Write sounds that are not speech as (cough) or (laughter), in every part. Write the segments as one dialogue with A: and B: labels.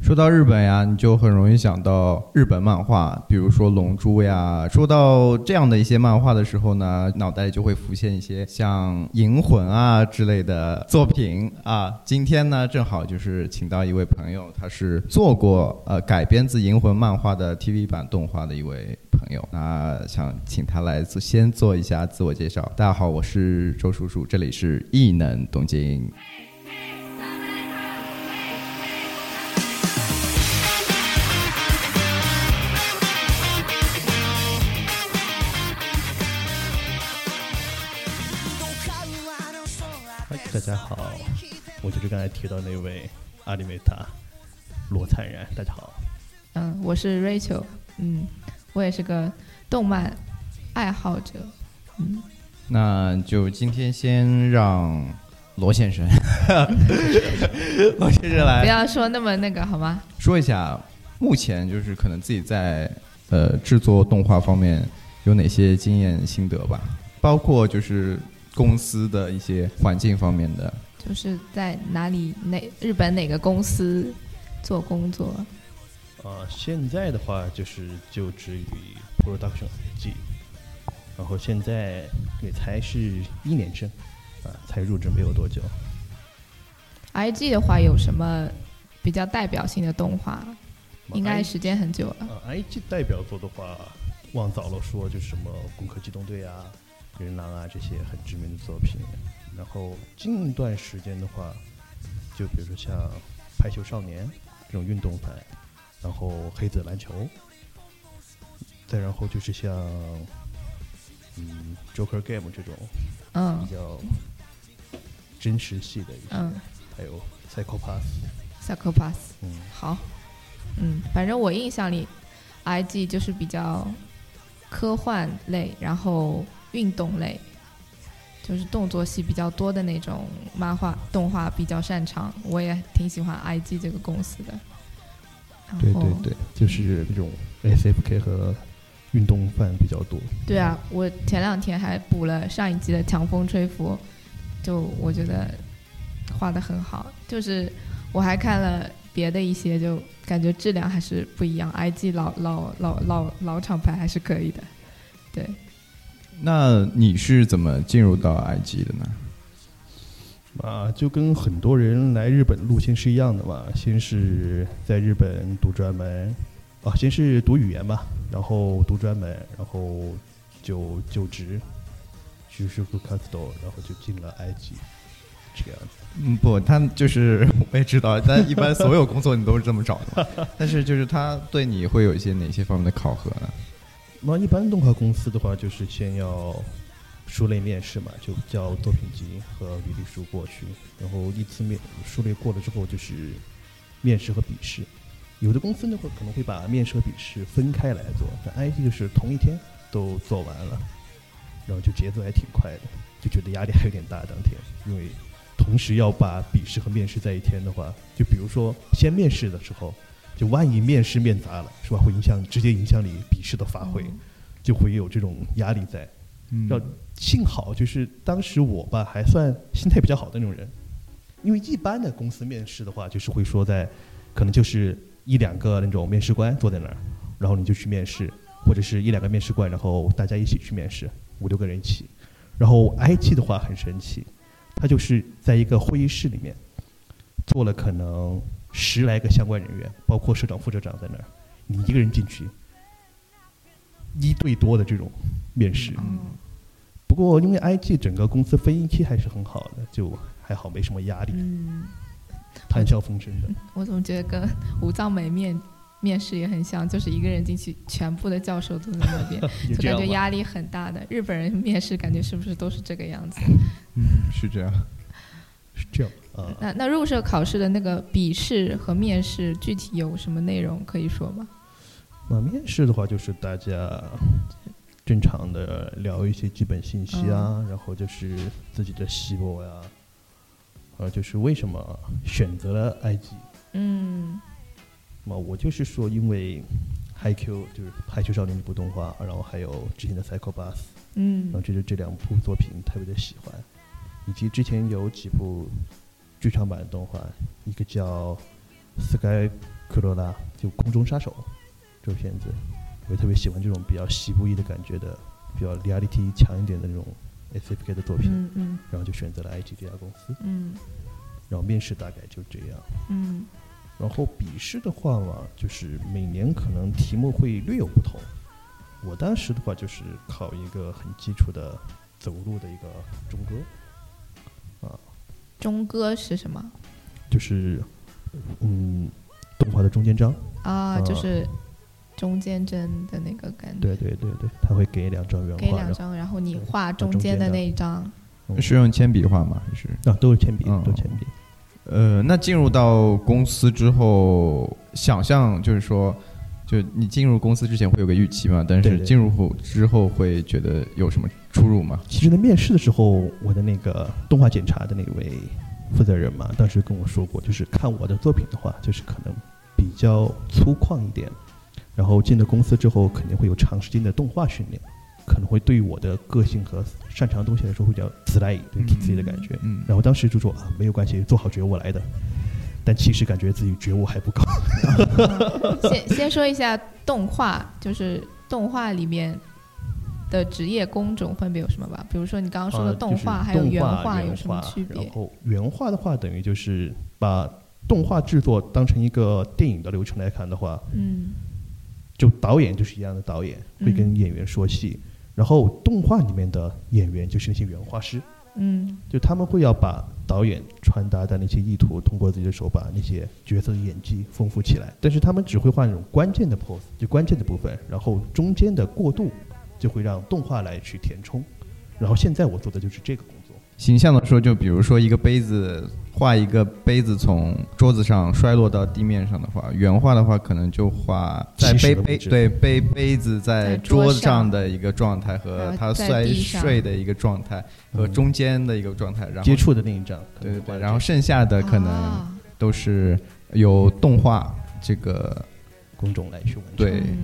A: 说到日本呀，你就很容易想到日本漫画，比如说《龙珠》呀。说到这样的一些漫画的时候呢，脑袋里就会浮现一些像《银魂》啊之类的作品啊。今天呢，正好就是请到一位朋友，他是做过呃改编自《银魂》漫画的 TV 版动画的一位朋友。那想请他来做先做一下自我介绍。大家好，我是周叔叔，这里是异能东京。
B: 嗨，大家好，我就是刚才提到那位阿里梅塔罗灿然，大家好。
C: 嗯，我是 Rachel，嗯，我也是个动漫爱好者，嗯，
A: 那就今天先让罗先生， (laughs) 罗先生
C: 不
A: 来
C: 要说那么那个好吗？
A: 说一下，目前就是可能自己在呃制作动画方面有哪些经验心得吧，包括就是公司的一些环境方面的。
C: 就是在哪里哪日本哪个公司做工作？
B: 啊、现在的话就是就职于 Production G，然后现在也才是一年生，啊、才入职没有多久。
C: IG 的话有什么比较代表性的动画？应该时间很久了。
B: 啊、IG 代表作的话，往早了说就是什么《攻壳机动队》啊、《人狼》啊这些很知名的作品。然后近一段时间的话，就比如说像《排球少年》这种运动番，然后《黑子篮球》，再然后就是像嗯《Joker Game》这种
C: 嗯
B: 比较真实系的一些，
C: 嗯
B: 还有《Psycho Pass》。
C: ，Psychopass，
B: 嗯，
C: 好，嗯，反正我印象里，IG 就是比较科幻类，然后运动类，就是动作戏比较多的那种漫画动画比较擅长。我也挺喜欢 IG 这个公司的。然
B: 对
C: 后
B: 对对，就是那种 SFK 和运动番比较多。
C: 对啊，我前两天还补了上一集的《强风吹拂》，就我觉得画的很好。就是我还看了别的一些，就感觉质量还是不一样。IG 老老老老老厂牌还是可以的。对，
A: 那你是怎么进入到 IG 的呢？
B: 啊，就跟很多人来日本路线是一样的嘛，先是在日本读专门，啊，先是读语言吧，然后读专门，然后就就职，去是读 c a s t 然后就进了埃及，这个样子。
A: 嗯，不，他就是我也知道，但一般所有工作你都是这么找的嘛。但是就是他对你会有一些哪些方面的考核呢？
B: 那一般动画公司的话，就是先要书类面试嘛，就叫作品集和履历书过去，然后一次面书类过了之后，就是面试和笔试。有的公司呢会可能会把面试和笔试分开来做，但 IT 就是同一天都做完了，然后就节奏还挺快的，就觉得压力还有点大。当天因为同时要把笔试和面试在一天的话，就比如说先面试的时候，就万一面试面砸了，是吧？会影响直接影响你笔试的发挥，
C: 嗯
B: 就会有这种压力在。
A: 嗯
B: 要幸好就是当时我吧还算心态比较好的那种人，因为一般的公司面试的话，就是会说在，可能就是一两个那种面试官坐在那儿，然后你就去面试，或者是一两个面试官，然后大家一起去面试，五六个人一起。然后 IT 的话很神奇，他就是在一个会议室里面坐了可能十来个相关人员，包括社长、副社长在那儿，你一个人进去，一对多的这种面试。
C: 嗯，
B: 不过因为 IG 整个公司非一期还是很好的，就还好没什么压力，
C: 嗯，
B: 谈笑风
C: (laughs)
B: 生的。
C: 我怎么觉得跟武藏美面面试也很像，就是一个人进去，全部的教授都在
B: (laughs)
C: 那边，
B: 也
C: 就
B: 这
C: 感
B: 样
C: 觉
B: 吧
C: 压力很大的。日本人面试感觉是不是都是这个样子？
A: 嗯，是这样。
B: 是这样啊、
C: 那那入社考试的那个笔试和面试具体有什么内容可以说吗？
B: 那面试的话，就是大家正常的聊一些基本信息啊，
C: 嗯
B: 然后就是自己的希望呀，呃，就是为什么选择了 IG。
C: 嗯
B: 那我就是说，因为《海 Q》就是《海球少年》这部动画，然后还有之前的《Psycho Pass》，然后
C: 嗯
B: 这就这两部作品特别的喜欢，以及之前有几部剧场版的动画，一个叫《Sky 科罗拉》，就《空中杀手》这部片子，我特别喜欢这种比较西部意的感觉的，比较 reality 强一点的那种 SFK 的作品，
C: 嗯嗯
B: 然后就选择了埃及这家公司，
C: 嗯
B: 然后面试大概就这样。
C: 嗯
B: 然后笔试的话嘛，就是每年可能题目会略有不同。我当时的话就是考一个很基础的走路的一个中歌，啊，
C: 中歌是什么
B: 就是嗯，动画的中间章。
C: 啊？
B: 啊
C: 就是中间针的那个感觉，
B: 对对对对，他会给两张原
C: 给
B: 画，
C: 两
B: 然后
C: 张，然后你
B: 对
C: 画中
B: 中
C: 间
B: 间
C: 的
B: 的
C: 那一张。
A: 是用铅笔画吗？还是？
B: 啊都是铅笔，
A: 嗯
B: 都是铅笔。
A: 呃，那进入到公司之后，想象就是说，就你进入公司之前会有个预期嘛，但
B: 对
A: 是
B: 对
A: 进入后之后会觉得有什么出入吗？
B: 其实呢，面试的时候，我的那个动画检查的那位负责人嘛，当时跟我说过，就是看我的作品的话，就是可能比较粗犷一点，然后进了公司之后，肯定会有长时间的动画训练，可能会对我的个性和擅长的东西来说会比较自来对
A: 嗯
B: 自己的感觉。
A: 嗯，
B: 然后当时就说啊，没有关系，做好觉悟我来的，但其实感觉自己觉悟还不高。
C: 先先说一下动画，就是动画里面的职业工种分别有什么吧？比如说你刚刚说的
B: 呃
C: 动画、
B: 就是
C: 还有
B: 动
C: 原
B: 画
C: 有什么区别
B: 然？后原画的话，等于就是把动画制作当成一个电影的流程来看的话，
C: 嗯
B: 就导演就是一样的导演
C: 嗯
B: 会跟演员说戏，然后动画里面的演员就是那些原画师，
C: 嗯
B: 就他们会要把导演传达的那些意图，通过自己的手把那些角色的演技丰富起来。但是他们只会画那种关键的 pose，就关键的部分，然后中间的过渡就会让动画来去填充。然后现在我做的就是这个工作。
A: 形象的说，就比如说一个杯子，画一个杯子从桌子上摔落到地面上的话，原画的话可能就画在
B: 起
A: 杯
B: 始的
A: 杯
B: 位置
A: 对杯杯子在
C: 在桌
A: 桌子上
C: 上
A: 的一个状态和
C: 然后
A: 它
C: 在
A: 摔
C: 地上
A: 碎的一个状态和
B: 嗯
A: 中间的一个状态，然后
B: 接触的那一张，可
A: 对
B: 能
A: 对
B: 画
A: 对，
B: 的
A: 然后剩下
B: 呃
A: 的可能
C: 啊
A: 都是由动画这个
B: 这个工种来去完成。
A: 对
C: 嗯，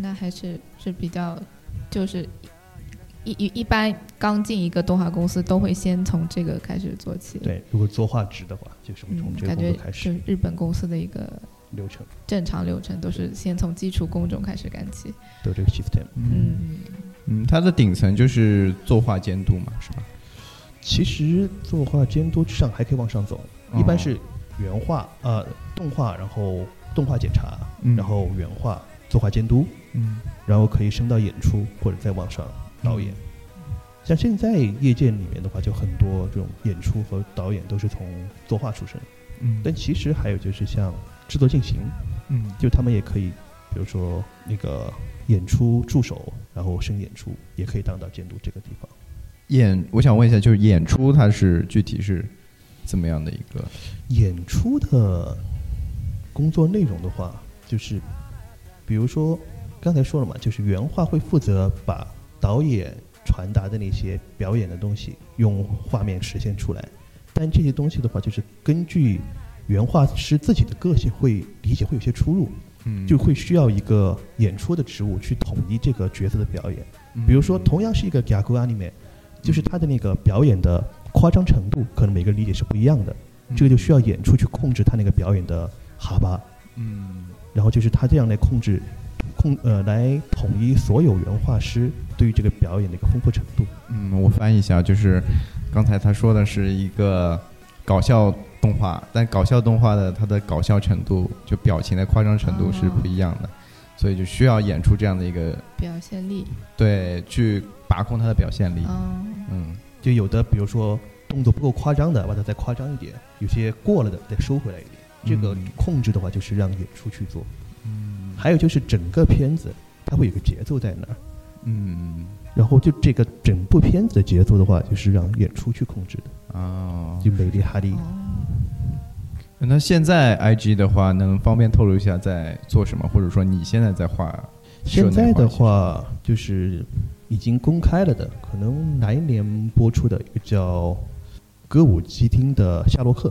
C: 那还是是比较就是。一一一般刚进一个动画公司，都会先从这个开始做起。，
B: 对，如果做画质的话，就是会
C: 嗯
B: 从，这个
C: 感
B: 工
C: 觉
B: 作开
C: 就
B: 始
C: 是日本公司的一个
B: 流程，
C: 正常流程，都是先从基础工种开始干起。
B: 对这个 system。
C: 嗯，
A: 嗯，它的顶层就是作画监督嘛，是吧？
B: 其实作画监督之上还可以往上走，
A: 哦
B: 一般是原画呃动画，然后动画检查，
A: 嗯
B: 然后原画作画监督，
A: 嗯
B: 然后可以升到演出或者再往上导演。
A: 嗯
B: 像现在业界里面的话，就很多这种演出和导演都是从作画出身，
A: 嗯
B: 但其实还有就是像制作进行，
A: 嗯
B: 就他们也可以，比如说那个演出助手，然后升演出，也可以当到监督这个地方。
A: 演，我想问一下，就是演出它是具体是怎么样的一个？
B: 演出的工作内容的话，就是比如说刚才说了嘛，就是原画会负责把导演传达的那些表演的东西用画面实现出来，但这些东西的话，就是根据原画师自己的个性会理解会有些出入，
A: 嗯
B: 就会需要一个演出的职务去统一这个角色的表演。
A: 嗯
B: 比如说，同样是一个 g a k u anime，就是他的那个表演的夸张程度，可能每个人理解是不一样的。这个就需要演出去控制他那个表演的哈巴，
A: 嗯
B: 然后就是他这样来控制，控呃来统一所有原画师对于这个表演的一个丰富程度。
A: 嗯，我翻译一下，就是刚才他说的是一个搞笑动画，但搞笑动画的它的搞笑程度，就表情的夸张程度
C: 啊
A: 是不一样的，所以就需要演出这样的一个
C: 表现力，
A: 对，去把控他的表现力。
C: 嗯
A: 嗯
B: 就有的比如说动作不够夸张的，把它再夸张一点；有些过了的再收回来一点。这个
A: 嗯
B: 控制的话，就是让演出去做。
A: 嗯
B: 还有就是整个片子它会有个节奏在那儿，
A: 嗯
B: 然后就这个整部片子的节奏的话，就是让演出去控制的，
A: 哦
B: 就，美丽哈利。
C: 哦，
A: 那现在 IG 的话，能方便透露一下在做什么，或者说你现在在画？
B: 现在的话，就是已经公开了的，可能来年播出的一个叫《歌舞伎町的夏洛克》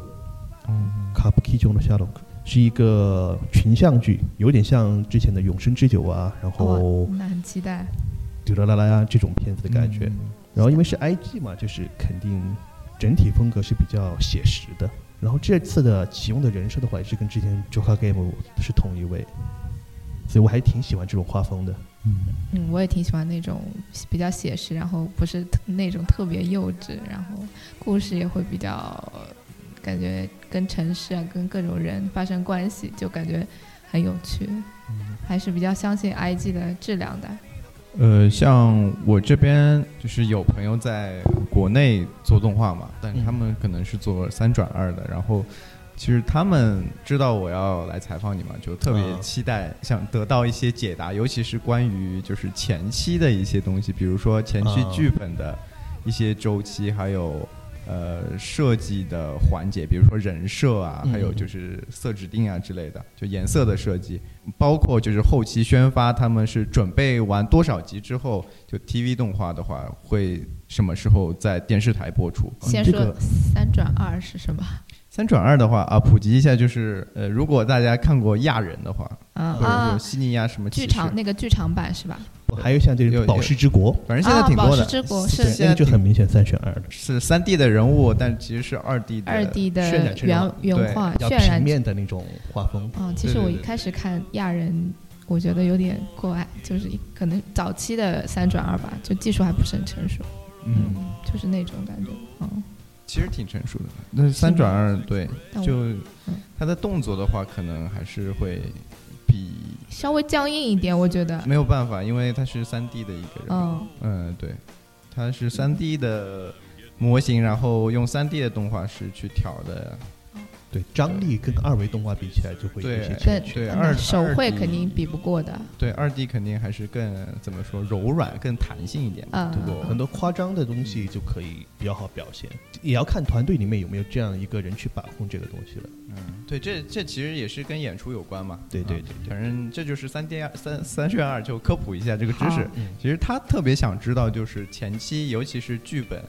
A: 嗯
B: （Cup k i 中的夏洛克），是一个群像剧，有点像之前的《永生之酒》啊，然后
C: 哇
B: 《
C: 哦那很期待。
B: 丢啦啦啦》呀这种片子的感觉。然后因为是 IG 嘛，就是肯定整体风格是比较写实的，然后这次的启用的人设的话，也是跟之前 Joka Game 是同一位，所以我还挺喜欢这种画风的。
C: 嗯，我也挺喜欢那种比较写实，然后不是特那种特别幼稚，然后故事也会比较感觉跟城市啊、跟各种人发生关系，就感觉很有趣，
A: 嗯
C: 还是比较相信 IG 的质量的。
A: 呃，像我这边就是有朋友在国内做动画嘛，但是他们可能是做三转二的，然后其实他们知道我要来采访你嘛，就特别
B: 啊
A: 期待想得到一些解答，尤其是关于就是前期的一些东西，比如说前期
B: 啊
A: 剧本的一些周期，还有。呃，设计的环节，比如说人设啊，还有
B: 嗯
A: 就是色指定啊之类的，就颜色的设计，包括就是后期宣发，他们是准备完多少集之后，就 TV 动画的话，会什么时候在电视台播出？
C: 先
B: 这
C: 说
B: 个
C: 三转二是什么？
A: 三转二的话啊，普及一下，就是呃，如果大家看过《亚人》的话，
C: 嗯
A: 或者
C: 啊
A: 说，悉尼亚什么骑
C: 剧
A: 士
C: 场，那个剧场版是吧？
B: 我还有像这
A: 有
B: 个《宝石之国》，
A: 反正现在
C: 啊
A: 挺多的。
C: 宝石之国
A: 现
C: 是
B: 对，那
A: 现在
B: 个就很明显三选二的，
A: 是三 D 的人物，但其实是二 D 的。
C: 二 D 的
B: 渲染这
C: 原
B: 种
A: 对
C: 原画
B: 比较
C: 渲
B: 平
C: 染
B: 面的那种画风。
C: 哦，其实
A: 对对
C: 我
A: 对
C: 一开始看亚人，我觉得有点过矮，就是一可能早期的三转二吧，就技术还不是很成熟，
A: 嗯，
C: 就是那种感觉。嗯，
A: 其实挺成熟的。那三转二对，
C: 但我
A: 就
C: 嗯
A: 他的动作的话，可能还是会比
C: 稍微僵硬一点，我觉得。
A: (laughs) 没有办法，因为他是三 D 的一个人。
C: 嗯，
A: 嗯，对，它是三 D 的模型，然后用三 D 的动画师去调的。
B: 对，张力跟二维动画比起来就会有一些
A: 对
B: 欠缺。
A: 对，
C: 那
A: 二
C: 手绘肯，
A: 二
C: 定
A: D
C: 比不过的。
A: 对二 D 肯定还是更怎么说柔软、更弹性一点的。
C: 嗯
A: 不过
B: 很多夸张的东西就可以比较好表现，也要看团队里面有没有这样一个人去把控这个东西了。
A: 嗯，对，这这其实也是跟演出有关嘛。
B: 对对
A: 啊
B: 对对
A: 反正这就是三 D 二三三炫二，就科普一下这个知识
C: 好。
B: 嗯
A: 其实他特别想知道，就是前期尤其是剧本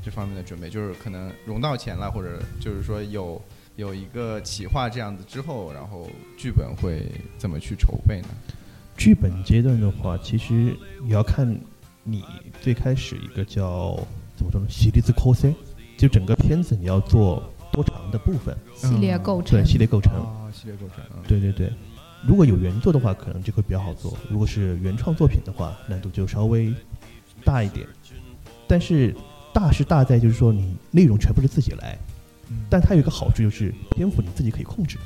A: 这方面的准备，就是可能融到钱了，或者就是说有有一个企划这样子之后，然后剧本会怎么去筹备呢？
B: 剧本阶段的话，其实也要看你最开始一个叫怎么说呢，系列子构成，就整个片子你要做多长的部分，
C: 系列构成
B: 嗯对，系列构成，
A: 哦，系列构成，嗯
B: 对对对。如果有原作的话，可能就会比较好做；如果是原创作品的话，难度就稍微大一点。但是大是大在就是说你内容全部是自己来，但它有一个好处就是篇幅你自己可以控制。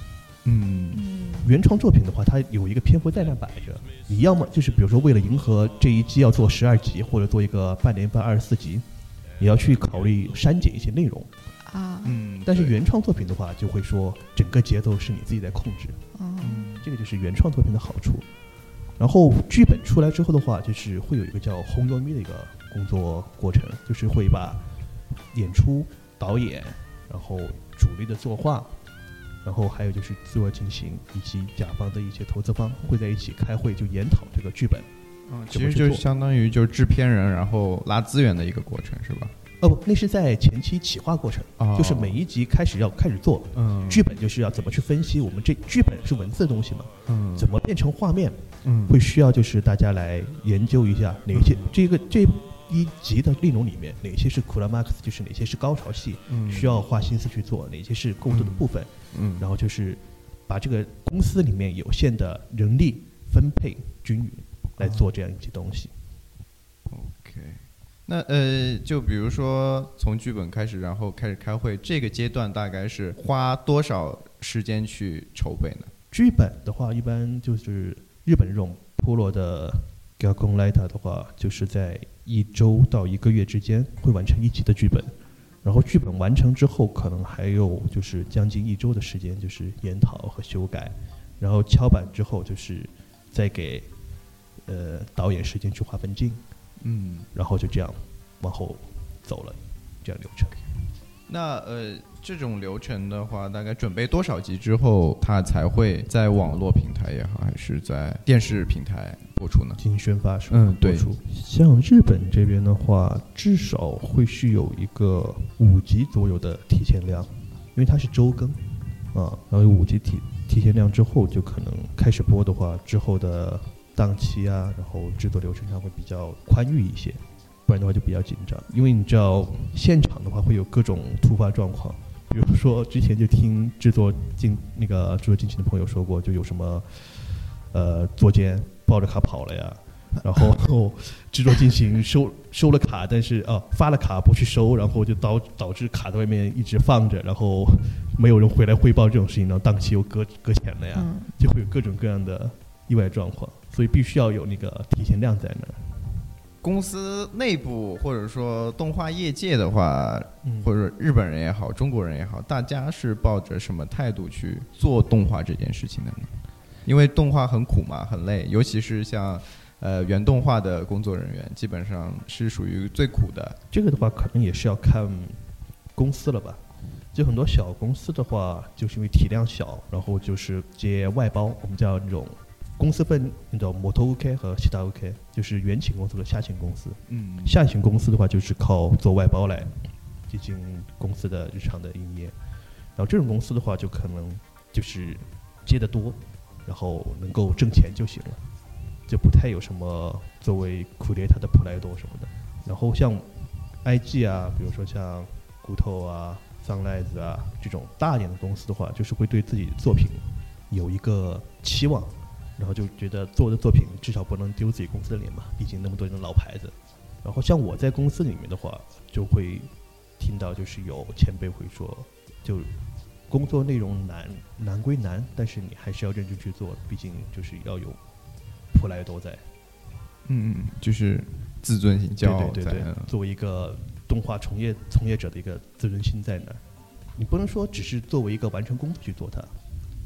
A: 嗯
C: 嗯
B: 原创作品的话，它有一个篇幅在那摆着，你要么就是比如说为了迎合这一季要做十二集，或者做一个半年番二十四集，你要去考虑删减一些内容。
C: 啊，
A: 嗯，
B: 但是
A: 对
B: 原创作品的话，就会说整个节奏是你自己在控制，
C: 嗯
A: 嗯
B: 这个就是原创作品的好处。然后剧本出来之后的话，就是会有一个叫轰优咪的一个工作过程，就是会把演出、导演，然后主力的作画，然后还有就是自我进行以及甲方的一些投资方会在一起开会，就研讨这个剧本。
A: 嗯，其
B: 怎么
A: 实
B: 去
A: 就
B: 做
A: 相当于就是制片人，然后拉资源的一个过程，是吧？
B: 哦不，那是在前期企划过程，
A: 哦
B: 就是每一集开始要开始做
A: 嗯
B: 剧本，就是要怎么去分析我们这剧本是文字的东西嘛，
A: 嗯
B: 怎么变成画面，
A: 嗯
B: 会需要就是大家来研究一下哪些这个这一集的内容里面哪些是 c u r a m a x 就是哪些是高潮戏，
A: 嗯
B: 需要花心思去做，哪些是构筑的部分，
A: 嗯
B: 然后就是把这个公司里面有限的人力分配均匀来做这样一些东西。
A: OK，那呃，就比如说从剧本开始，然后开始开会，这个阶段大概是花多少时间去筹备呢？
B: 剧本的话，一般就是日本这种 Polo 的 g a l c o n l i t a 的话，就是在一周到一个月之间会完成一集的剧本，然后剧本完成之后，可能还有就是将近一周的时间，就是研讨和修改，然后敲板之后，就是再给呃导演时间去划分镜，
A: 嗯，
B: 然后就这样往后走了，这样流程。
A: 那呃，这种流程的话，大概准备多少集之后，它才会在网络平台也好，还是在电视平台播出呢？
B: 进行宣发是吧？
A: 嗯，对
B: 播，出。像日本这边的话，至少会是有一个五级左右的提前量，因为它是周更啊，然后有五级提提前量之后，就可能开始播的话，之后的档期啊，然后制作流程上会比较宽裕一些，不然的话就比较紧张，因为你知道现场的话会有各种突发状况，比如说之前就听制作进那个制作进群的朋友说过，就有什么呃作监抱着卡跑了呀，然后制作进行收 (laughs) 收了卡，但是啊发了卡不去收，然后就导导致卡在外面一直放着，然后没有人回来汇报这种事情，然后档期又搁搁浅了呀，
C: 嗯，
B: 就会有各种各样的意外状况，所以必须要有那个提前量在那儿。
A: 公司内部或者说动画业界的话，
B: 嗯
A: 或者日本人也好，中国人也好，大家是抱着什么态度去做动画这件事情的呢？因为动画很苦嘛，很累，尤其是像呃原动画的工作人员，基本上是属于最苦的。
B: 这个的话，可能也是要看公司了吧。就很多小公司的话，就是因为体量小，然后就是接外包，我们叫那种公司分那种摩托 OK 和其他 OK，就是原请公司和下请公司。
A: 嗯
B: 下请公司的话，就是靠做外包来进行公司的日常的营业。然后这种公司的话，就可能就是接的多，然后能够挣钱就行了，就不太有什么作为 creator 的 p l a y 多什么的。然后像 IG 啊，比如说像骨头啊、Sunrise 啊这种大一点的公司的话，就是会对自己的作品有一个期望，然后就觉得做的作品至少不能丢自己公司的脸嘛，毕竟那么多年的老牌子。然后像我在公司里面的话，就会听到就是有前辈会说，就工作内容难难归难，但是你还是要认真去做，毕竟就是要有普莱多在。
A: 嗯，嗯就是自尊心、骄傲在。嗯
B: 对对对对，作为一个动画从业从业者的一个自尊心在那儿，你不能说只是作为一个完成工作去做它，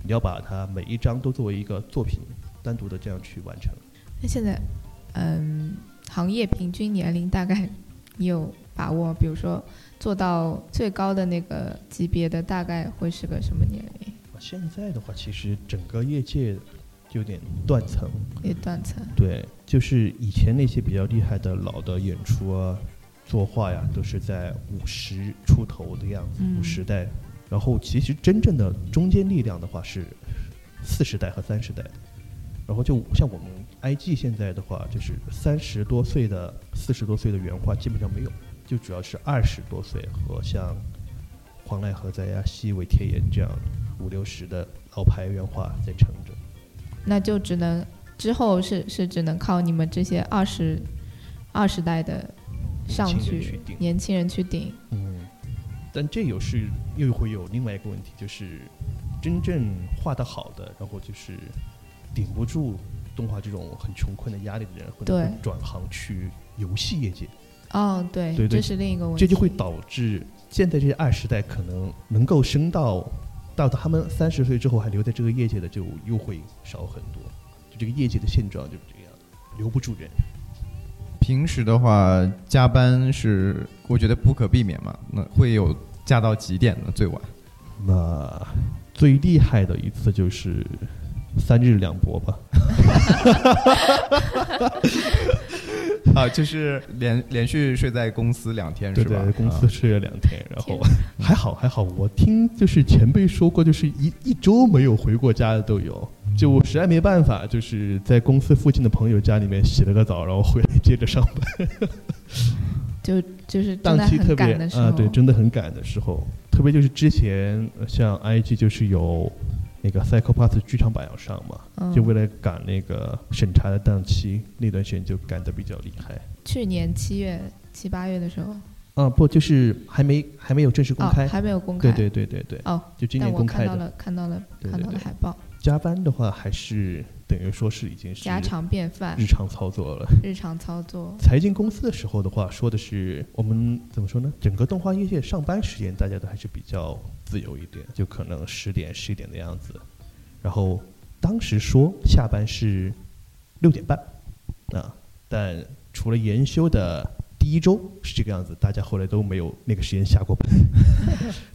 B: 你要把它每一章都作为一个作品单独的这样去完成。
C: 那现在，嗯，行业平均年龄大概你有把握吗？比如说做到最高的那个级别的，大概会是个什么年龄？
B: 现在的话，其实整个业界有点断层，
C: 也断层。
B: 对，就是以前那些比较厉害的老的演出啊、作画呀，都是在五十出头的样子，
C: 嗯
B: 五十代。然后其实真正的中间力量的话是四十代和三十代。然后就像我们 IG 现在的话，就是三十多岁的、四十多岁的原画基本上没有，就主要是二十多岁和像黄濑和哉呀、西尾铁也这样五六十的老牌原画在撑着。
C: 那就只能之后是是只能靠你们这些二十二十代的上
B: 年轻人去
C: 去
B: 顶
C: 年轻人去顶，
B: 嗯，但这有是又会有另外一个问题，就是真正画的好的，然后就是顶不住动画这种很穷困的压力的人，会
C: 对
B: 转行去游戏业界，
C: 哦，对，
B: 对对
C: 这是另一个问题，
B: 这就会导致现在这些二十代可能能够升到到他们三十岁之后还留在这个业界的，就又会少很多。就这个业界的现状就是这样，留不住人。
A: 平时的话，加班是我觉得不可避免嘛。那会有加到几点呢？最晚？
B: 那最厉害的一次就是三日两搏吧。
A: 啊，就是连连续睡在公司两天
B: 对
A: 是吧
B: 对，？公司
A: 啊
B: 吃了两天，然后
C: 天
B: 还好还好，我听就是前辈说过，就是一一周没有回过家的都有，
A: 嗯
B: 就我实在没办法，就是在公司附近的朋友家里面洗了个澡，然后回来接着上班。
C: 就就是真的
B: 档期特
C: 很
B: 别
C: 赶的时候，
B: 啊，对，真的很赶的时候，特别就是之前呃像 IG 就是有那个 Psychopath 剧场版要上嘛，
C: 嗯
B: 就为了赶那个审查的档期，那段时间就赶得比较厉害。
C: 去年七月七八月的时候，
B: 啊，不，就是还没还没有正式公
C: 哦
B: 开，，
C: 还没有公开，
B: 对对对对对，
C: 哦，
B: 就今
C: 但
B: 年
C: 我
B: 公
C: 看
B: 开
C: 到
B: 的。
C: 了看到了
B: 对
C: 看
B: 对
C: 到了
B: 对
C: 海报，
B: 加班的话，还是等于说是已经是
C: 家常便饭
B: 日，常操作了。
C: 日常操作，
B: 财经公司的时候的话，说的是我们怎么说呢？整个动画业界上班时间大家都还是比较自由一点，就可能十点、十一点的样子。然后当时说下班是六点半啊，但除了研修的第一周是这个样子，大家后来都没有那个时间下过班，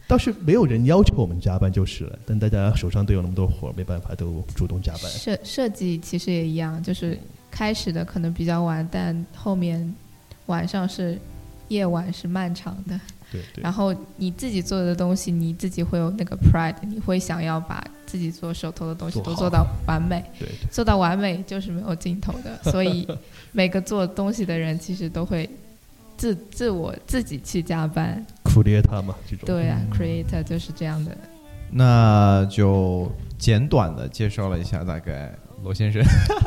B: 倒是没有人要求我们加班就是了。但大家手上都有那么多活儿，没办法都主动加班。
C: 设设计其实也一样，就是开始的可能比较晚，但后面晚上是夜晚是漫长的，
B: 对对。
C: 然后你自己做的东西，你自己会有那个 pride，你会想要把自己做手头的东西
B: 做
C: 都
B: 好
C: 做到完美，
B: 对
C: 做到完美就是没有尽头的，所以每个做东西的人其实都会自自我自己去加班，
B: c creator 嘛，这种。
C: 对啊，creator 就是这样的。 (laughs)
A: 那就简短的介绍了一下，大概罗先生，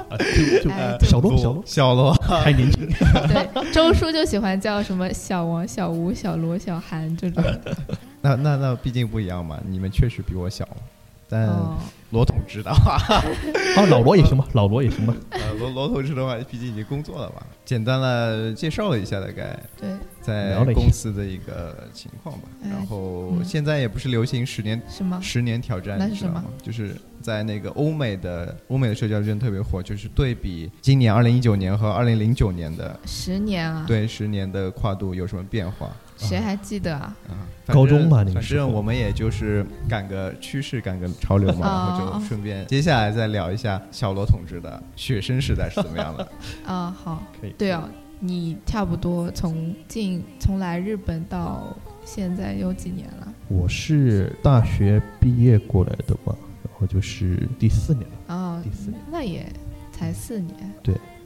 B: 啊就就
C: 哎对
A: (laughs)
B: 小罗小罗
A: 小罗，
B: 还年轻，
C: 对，周叔就喜欢叫什么小王、小吴、小罗、小韩这种。
A: 那那那毕竟不一样嘛，你们确实比我小，但
C: 哦，
A: 罗总知道啊， (laughs)
B: 啊，老罗也行吧，老罗也行吧。
A: 呃罗罗同志的话，毕竟已经工作了吧，简单的介绍了一下大概
C: 对，
A: 在
B: 聊了一下
A: 公司的一个情况吧。
C: 哎
A: 然后
C: 嗯
A: 现在也不是流行十年
C: 是吗？
A: 十年挑战，
C: 那
A: 你
C: 是
A: 知道
C: 什么
A: 吗？就是在那个欧美的欧美的社交圈特别火，就是对比今年二零一九年和二零零九年的
C: 十年啊，
A: 对十年的跨度有什么变化
C: 谁还记得啊？
A: 啊？反正
B: 高中吧那个
A: 反
B: 时候
A: 正我们也就是赶个趋势，赶个潮流嘛，
C: 哦
A: 我就顺便接下来再聊一下小罗同志的学生时代是怎么样的。
C: 啊，好，
B: 可以。
C: 对哦，你差不多从进从来日本到现在有几年了？
B: 我是大学毕业过来的嘛，然后就是第四年了，
C: 哦
B: 第，四年
C: 那也才四年，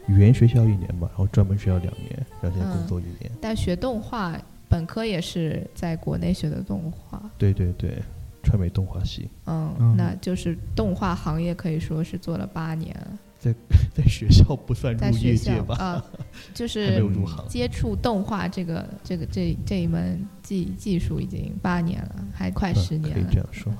B: 语言学校一年嘛，然后专门学校两年，然后现在工作一年。
C: 但学动画本科也是在国内学的动画。
B: 对对对，川美动画系，
C: 嗯
A: 嗯，
C: 那就是动画行业可以说是做了八年了，
B: 在学校不算
C: 在
B: 入
C: 学
B: 业
C: 校
B: 界吧，
C: 啊、
B: (laughs)
C: 就
B: 还没
C: 是
B: 有入行。
C: 接触动画这个这个这这一门技技术已经八年了，还快
B: 嗯
C: 十年
B: 可以
C: 了
B: 这。样说。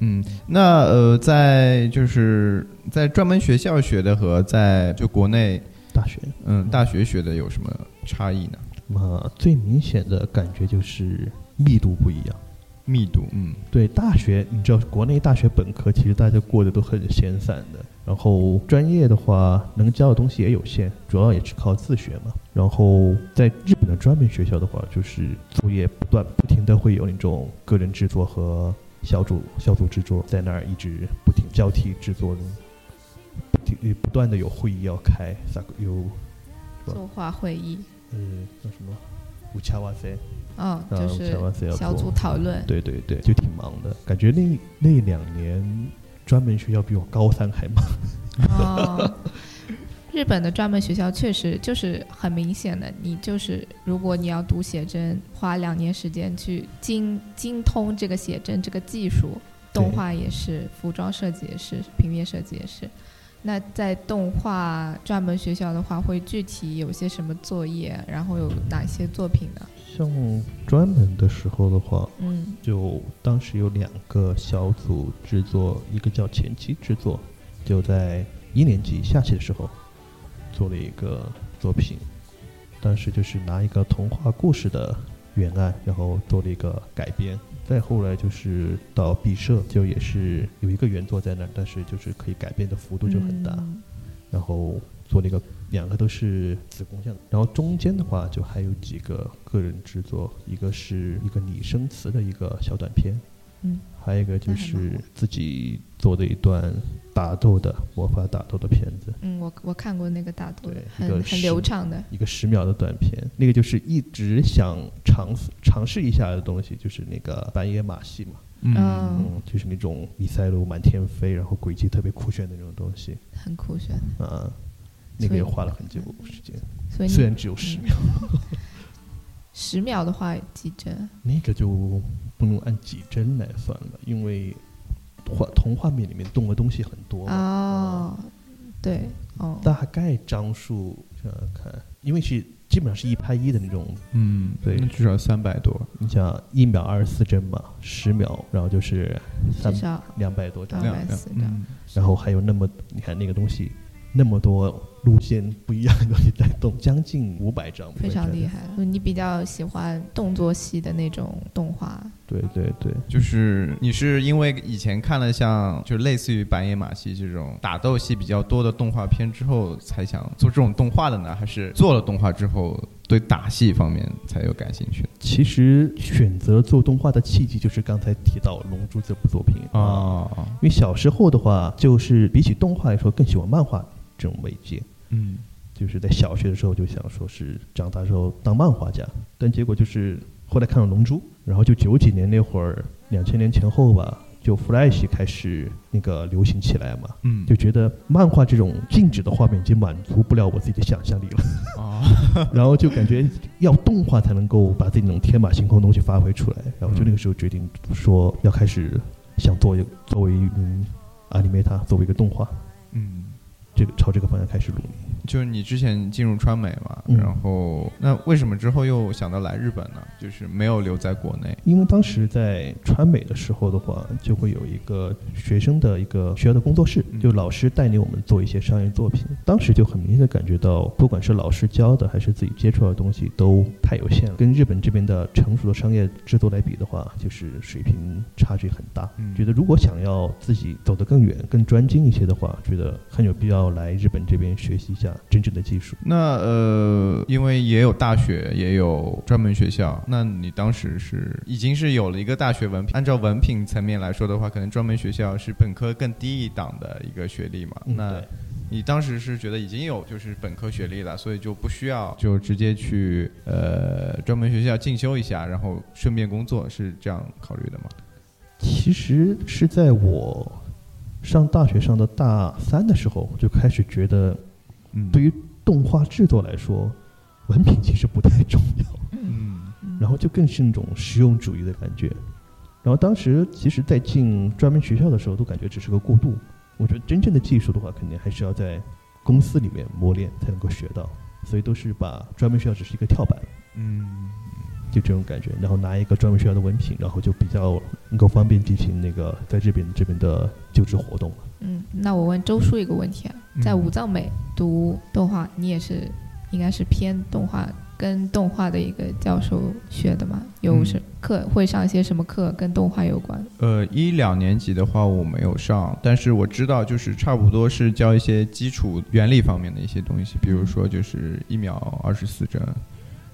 A: 嗯，那呃，在就是在专门学校学的和在就国内
B: 大学
A: 嗯大学学的有什么差异呢？
B: 嘛，嗯最明显的感觉就是密度不一样。
A: 密度，嗯
B: 对大学，你知道国内大学本科其实大家过得都很闲散的，然后专业的话能教的东西也有限，主要也是靠自学嘛。然后在日本的专门学校的话，就是作业不断不停的会有那种个人制作和小组小组制作在那儿一直不停交替制作中，不停不断的有会议要开，萨克有吧
C: 作画会议，
B: 呃叫什么？五恰哇塞，
C: 嗯，
B: 啊
C: 就
B: 五恰哇
C: 是
B: 塞要
C: 小
B: 做
C: 组讨论，
B: 对对对，就挺忙的，感觉那那两年专门学校比我高三还忙。
C: 哦，日本的专门学校确实就是很明显的，你就是如果你要读写真，花两年时间去精精通这个写真这个技术，
B: 对
C: 动画也是，服装设计也是，平面设计也是。那在动画专门学校的话，会具体有些什么作业，然后有哪些作品呢？
B: 像专门的时候的话，
C: 嗯，
B: 就当时有两个小组制作，一个叫前期制作，就在一年级下期的时候做了一个作品，当时就是拿一个童话故事的原案，然后做了一个改编。再后来就是到毕设，就也是有一个原作在那儿，但是就是可以改变的幅度就很大。
C: 嗯
B: 然后做了一个，两个都是子宫像的。然后中间的话，就还有几个个人制作，一个是一个拟声词的一个小短片，
C: 嗯，
B: 还有一个就
C: 那还蛮
B: 是
C: 好
B: 自己做的一段打斗的魔法打斗的片子，
C: 嗯，我我看过那个大多
B: 对，一
C: 很
B: 个
C: 很
B: 是
C: 流畅的，
B: 一个十秒的短片，那个就是一直想尝试尝试一下的东西，就是那个板野马戏嘛，
C: 嗯
B: 嗯，就是那种米塞罗满天飞，然后轨迹特别酷炫的那种东西
C: 很酷炫。
B: 啊。那个也
C: 所以
B: 花了很久时间，
C: 所以
B: 虽
C: 你
B: 然只有十
C: 嗯
B: 秒。
C: 十秒的话几帧？
B: 那个就不能按几帧来算了，因为画同画面里面动的东西很多嘛。
C: 哦，对，哦，
B: 大概张数想想看，因为是基本上是一拍一的那种，
A: 嗯，
B: 对
A: 那至少三百多，
B: 你想一秒二十四帧嘛，十秒，然后就是
C: 至
B: 三
C: 少
B: 两百多张，
C: 两百四张
A: 嗯
B: 然后还有那么你看那个东西，那么多路线不一样的东西在动，将近五百张，
C: 非常厉
B: 害。
C: 害了。你比较喜欢动作戏的那种动画，
B: 对对对，
A: 就是你是因为以前看了像就是类似于《白野马戏》这种打斗戏比较多的动画片之后，才想做这种动画的呢，还是做了动画之后对打戏方面才有感兴趣的？
B: 其实选择做动画的契机就是刚才提到《龙珠》这部作品啊。
A: 哦，
B: 因为小时候的话，就是比起动画来说，更喜欢漫画这种媒介。
A: 嗯，
B: 就是在小学的时候就想说是长大之后当漫画家，但结果就是后来看了《龙珠》，然后就九几年那会儿，两千年前后吧，就 Flash 开始那个流行起来嘛，
A: 嗯，
B: 就觉得漫画这种静止的画面已经满足不了我自己的想象力了，
A: 哦，
B: (laughs) 然后就感觉要动画才能够把自己那种天马行空的东西发挥出来，然后就
A: 嗯
B: 那个时候决定说要开始想做一个作为一名 animator，作为一个动画，
A: 嗯，
B: 这个朝这个方向开始努力。
A: 就是你之前进入川美嘛，
B: 嗯
A: 然后那为什么之后又想到来日本呢？就是没有留在国内。
B: 因为当时在川美的时候的话，就会有一个学生的一个学校的工作室
A: 嗯，
B: 就老师带领我们做一些商业作品。当时就很明显的感觉到，不管是老师教的还是自己接触到的东西，都太有限了。跟日本这边的成熟的商业制度来比的话，就是水平差距很大。
A: 嗯
B: 觉得如果想要自己走得更远、更专精一些的话，觉得很有必要来日本这边学习一下真正的技术。
A: 那呃，因为也有大学，也有专门学校。那你当时是已经是有了一个大学文凭，按照文凭层面来说的话，可能专门学校是本科更低一档的一个学历嘛。
B: 嗯
A: 那
B: 对
A: 你当时是觉得已经有就是本科学历了，所以就不需要就直接去呃专门学校进修一下，然后顺便工作，是这样考虑的吗？
B: 其实是在我上大学上的大三的时候，就开始觉得，
A: 嗯，
B: 对于动画制作来说，文凭其实不太重要，
A: 嗯
B: 然后就更是那种实用主义的感觉。然后当时其实，在进专门学校的时候，都感觉只是个过渡。我觉得真正的技术的话，肯定还是要在公司里面磨练才能够学到，所以都是把专门学校只是一个跳板。
A: 嗯
B: 就这种感觉，然后拿一个专门学校的文凭，然后就比较能够方便进行那个在这边这边的就职活动了。
C: 嗯，那我问周叔一个问题啊，在
A: 嗯
C: 武藏美读动画，你也是应该是偏动画跟动画的一个教授学的嘛？有
A: 嗯
C: 什课会上一些什么课跟动画有关？
A: 呃，一两年级的话我没有上，但是我知道就是差不多是教一些基础原理方面的一些东西，比如说就是一秒二十四帧，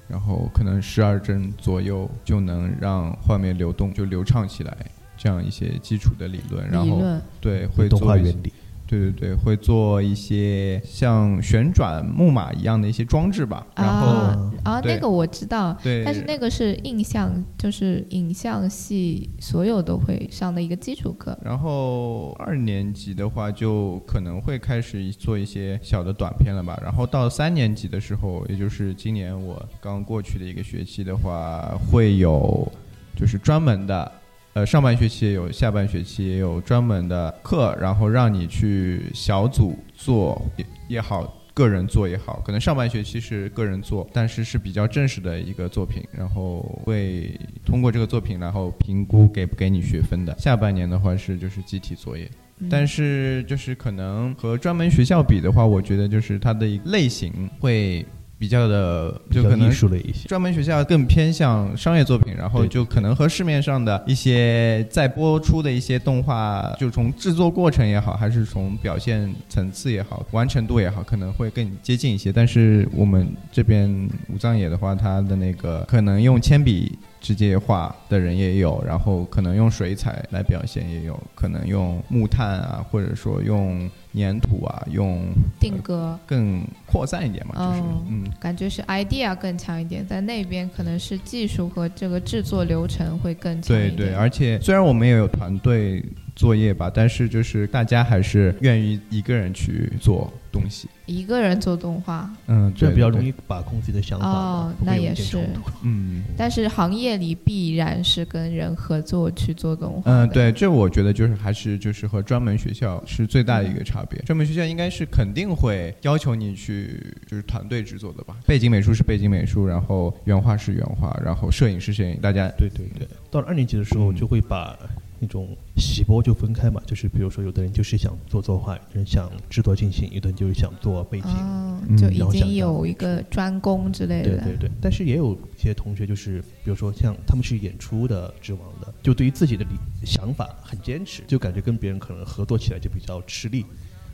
A: 然后可能十二帧左右就能让画面流动就流畅起来，这样一些基础的理论，然
C: 理
A: 后
C: 论，
A: 对会
B: 动画
A: 做一
B: 原
A: 些
B: 理，
A: 对对对，会做一些像旋转木马一样的一些装置吧，然后、
C: 啊啊，
A: 对
C: 那个我知道，
A: 对，
C: 但是那个是印象，就是影像系所有都会上的一个基础课。
A: 然后二年级的话，就可能会开始做一些小的短片了吧。然后到三年级的时候，也就是今年我刚过去的一个学期的话，会有就是专门的，呃，上半学期也有，下半学期也有专门的课，然后让你去小组做也也好。个人做也好，可能上半学期是个人做，但是是比较正式的一个作品，然后会通过这个作品，然后评估给不给你学分的。下半年的话是就是集体作业，
C: 嗯
A: 但是就是可能和专门学校比的话，我觉得就是它的一个类型会比较的，就
B: 比
A: 可
B: 较
A: 能
B: 艺术类一些。
A: 专门学校更偏向商业作品，然后
B: 对
A: 就可能和市面上的一些在播出的一些动画，就从制作过程也好，还是从表现层次也好，完成度也好，可能会更接近一些。但是我们这边武藏野的话，它的那个可能用铅笔。直接画的人也有，然后可能用水彩来表现也有，可能用木炭啊，或者说用粘土啊，用
C: 定格
A: 更扩散一点嘛，就是、
C: 哦
A: 嗯，
C: 感觉是 idea 更强一点，在那边可能是技术和这个制作流程会更强
A: 对
C: 一点。
A: 对，而且虽然我们也有团队作业吧，但是就是大家还是愿意一个人去做东西。
C: 一个人做动画，
A: 嗯，
B: 这
A: 对
B: 样比较容。
A: 对
B: 易把控自己的想法嘛，
C: 哦
B: 不会有
C: 那也
B: 意见
A: (laughs)
C: 是
B: 冲突
A: 对嗯
C: 但是行业里必然是跟人合作去做动画。
A: 嗯，，对，这我觉得就是还是就是和专门学校是最大的一个差别。专门学校应该是肯定会要求你去就是团队制作的吧，背景美术是背景美术，然后原画是原画，然后摄影是摄影，大家
B: 对对对，到了二年级的时候，
A: 嗯
B: 就会把那种喜播就分开嘛，就是比如说，有的人就是想做作画，有的人想制作进行，有的人就是想做背景。
C: 哦
A: 嗯，
C: 就已
B: 然后想
C: 经有一个专攻之类
B: 对
C: 的。
B: 对对，但是也有一些同学，就是比如说像他们是演出的之王的，就对于自己的理想法很坚持，就感觉跟别人可能合作起来就比较吃力，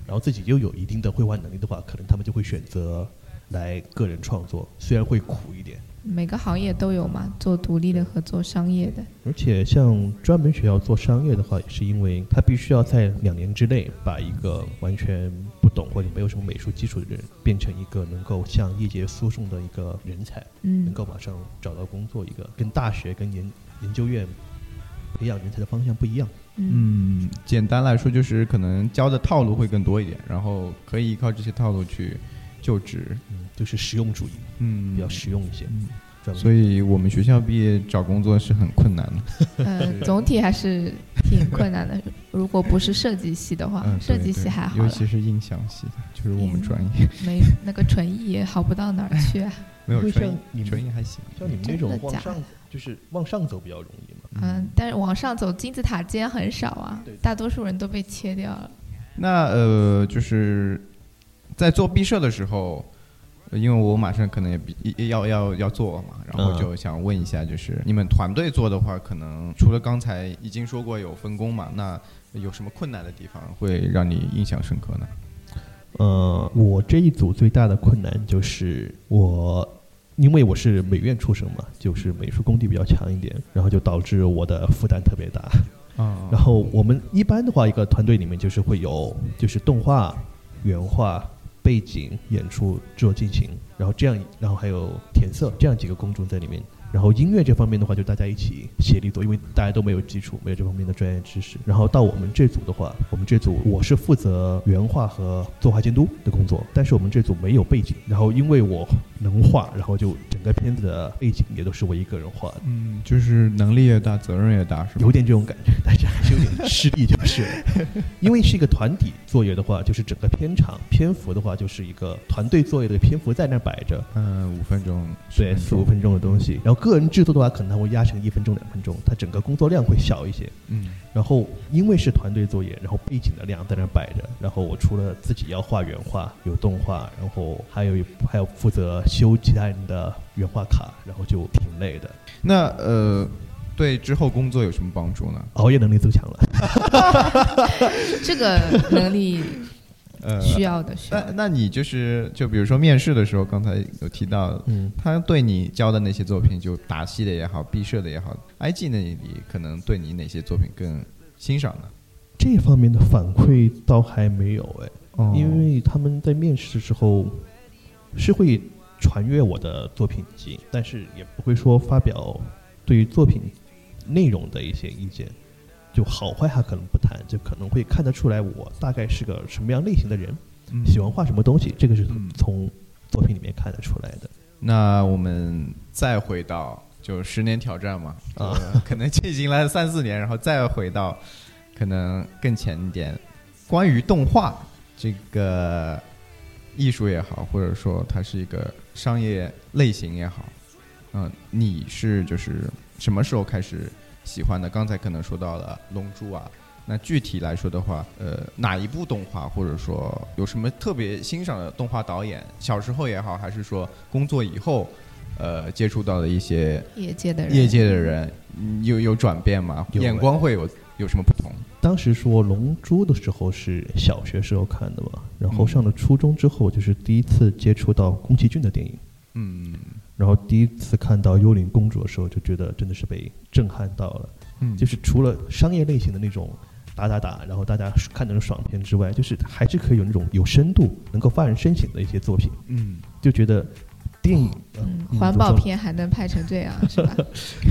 B: 然后自己又有一定的绘画能力的话，可能他们就会选择来个人创作，虽然会苦一点。
C: 每个行业都有嘛，做独立的和做商业的。
B: 而且像专门学校做商业的话，也是因为他必须要在两年之内把一个完全不懂或者没有什么美术基础的人，变成一个能够向业界输送的一个人才，能
C: 嗯
B: 够马上找到工作，一个跟大学跟研研究院培养人才的方向不一样。
C: 嗯
A: 嗯，简单来说就是可能教的套路会更多一点，然后可以依靠这些套路去就职，
B: 嗯，就是实用主义，
A: 嗯，
B: 比较实用一些。
A: 嗯
B: 专门
A: 所以我们学校毕业找工作是很困难的。 (laughs)
C: 呃，总体还是挺困难的。如果不是设计系的话，
A: 嗯，
C: 设
A: 对
C: 计系
A: 对
C: 还好
A: 尤
C: 了，
A: 其是印象系的，就是我们
C: 嗯
A: 专业
C: 没那个纯艺也好不到哪儿去、啊。
A: 没有
B: 会
A: 纯
B: 像你
A: 艺，
B: 们
A: 纯艺还行。
B: 像你们那
C: 真
B: 种
C: 的
B: 往
C: 假
B: 上，就是往上走比较容易嘛。
C: 嗯，但是往上走金字塔尖很少啊
B: 对，
C: 大多数人都被切掉了。
A: 那呃，就是在做毕设的时候，呃因为我马上可能也比也要要要做嘛，然后
B: 嗯
A: 就想问一下，就是你们团队做的呃话，可能除了刚才已经说过有分工嘛，那有什么困难的地方会让你印象深刻呢？
B: 呃，我这一组最大的困难就是我，因为我是美院出生嘛，就是美术功底比较强一点，然后就导致我的负担特别大。
A: 啊
B: 然后我们一般的话，一个团队里面就是会有就是动画、原画、背景、演出、制作进行，然后这样，然后还有填色这样几个工种在里面。然后音乐这方面的话，就大家一起协力做，因为大家都没有基础，没有这方面的专业知识。然后到我们这组的话，我们这组我是负责原画和作画监督的工作，但是我们这组没有背景。然后因为我能画，然后就整个片子的背景也都是我一个人画的。
A: 嗯，就是能力越大，责任越大，是吧？
B: 有点这种感觉，但是还是有点吃力，就是了因为是一个团体作业的话，就是整个片场篇幅的话，就是一个团队作业的篇幅在那儿摆着，
A: 嗯，五分钟，
B: 对，
A: 10
B: 四五分钟的东西。然后个人制作的话，可能它会压成一分钟、两分钟，它整个工作量会小一些。
A: 嗯，
B: 然后因为是团队作业，然后背景的量在那儿摆着，然后我除了自己要画原画，有动画，然后还有还有负责修其他人的原画卡，然后就挺累的，
A: 那呃，对之后工作有什么帮助呢？
B: 熬夜能力增强了。
C: 这个能力
A: (laughs) 呃，
C: 需要的，需要
A: 那
C: 的。
A: 那你就是就比如说面试的时候，刚才有提到，
B: 嗯，
A: 他对你交的那些作品，就打戏的也好，毕设的也好，IG 那里可能对你哪些作品更欣赏呢？
B: 这方面的反馈倒还没有哎。
A: 哦
B: 因为他们在面试的时候是会传阅我的作品集，但是也不会说发表对于作品内容的一些意见，就好坏他可能不谈，就可能会看得出来我大概是个什么样类型的人，喜欢画什么东西，这个是
A: 嗯
B: 从作品里面看得出来的。
A: 那我们再回到就十年挑战嘛，
B: 啊
A: 呃，可能进行了三四年，然后再回到可能更前一点，关于动画这个艺术也好，或者说它是一个商业类型也好，嗯、你是就是什么时候开始喜欢的？刚才可能说到了《龙珠》啊。那具体来说的话，呃，哪一部动画，或者说有什么特别欣赏的动画导演？小时候也好，还是说工作以后，呃，接触到的一些
C: 业界的人，
A: 业界的人嗯有有转变吗？
B: 有
A: 眼光会有有什么不同？
B: 当时说《龙珠》的时候是小学时候看的嘛，然后
A: 嗯
B: 上了初中之后就是第一次接触到宫崎骏的电影。
A: 嗯
B: 然后第一次看到《幽灵公主》的时候，就觉得真的是被震撼到了。
A: 嗯
B: 就是除了商业类型的那种打打打，然后大家看那种爽片之外，就是还是可以有那种有深度、能够发人深省的一些作品，
A: 嗯，
B: 就觉得电影。呃
C: 嗯，
B: 嗯
C: 环保
B: 怎么说
C: 片还能拍成这样，
A: (laughs)
C: 是吧？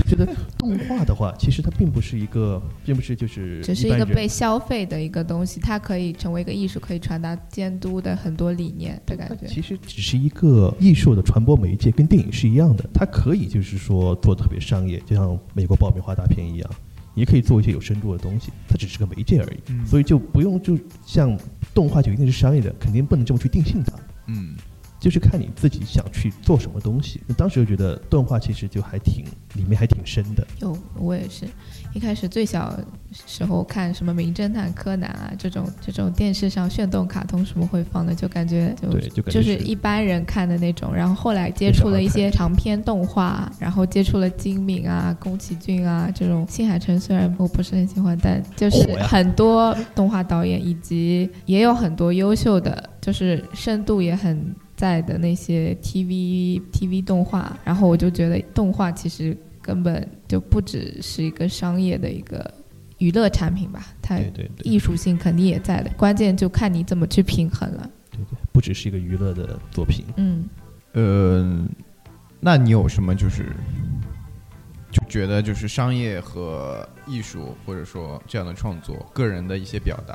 B: 觉得动画的话，其实它并不是一个，并不是就是
C: 只是
B: 一般
C: 个
B: 人
C: 被消费的一个东西，它可以成为一个艺术，可以传达监督的很多理念的感
B: 它
C: 觉。
B: 其实只是一个艺术的传播媒介，跟电影是一样的。它可以就是说做得特别商业，就像美国爆米花大片一样，也可以做一些有深度的东西。它只是个媒介而已，
A: 嗯
B: 所以就不用就像动画就一定是商业的，肯定不能这么去定性它。
A: 嗯
B: 就是看你自己想去做什么东西。那当时就觉得动画其实就还挺里面还挺深的，
C: 有，我也是。一开始最小时候看什么《名侦探柯南》啊，这种这种电视上炫动卡通什么会放的，就感觉就
B: 对，就感觉
C: 就是一般人看的那种。然后后来接触了一些长篇动画，然后接触了金敏啊、宫崎骏啊这种。新海诚虽然我不是很喜欢，但就是
B: 火呀
C: 很多动画导演，以及也有很多优秀的，就是深度也很在的那些 TV TV 动画。然后我就觉得动画其实根本就不只是一个商业的一个娱乐产品吧，它
B: 对对对
C: 哎艺术性肯定也在的，关键就看你怎么去平衡了。
B: 对对，不只是一个娱乐的作品。
C: 嗯。
A: 呃，那你有什么就是就觉得就是商业和艺术或者说这样的创作，个人的一些表达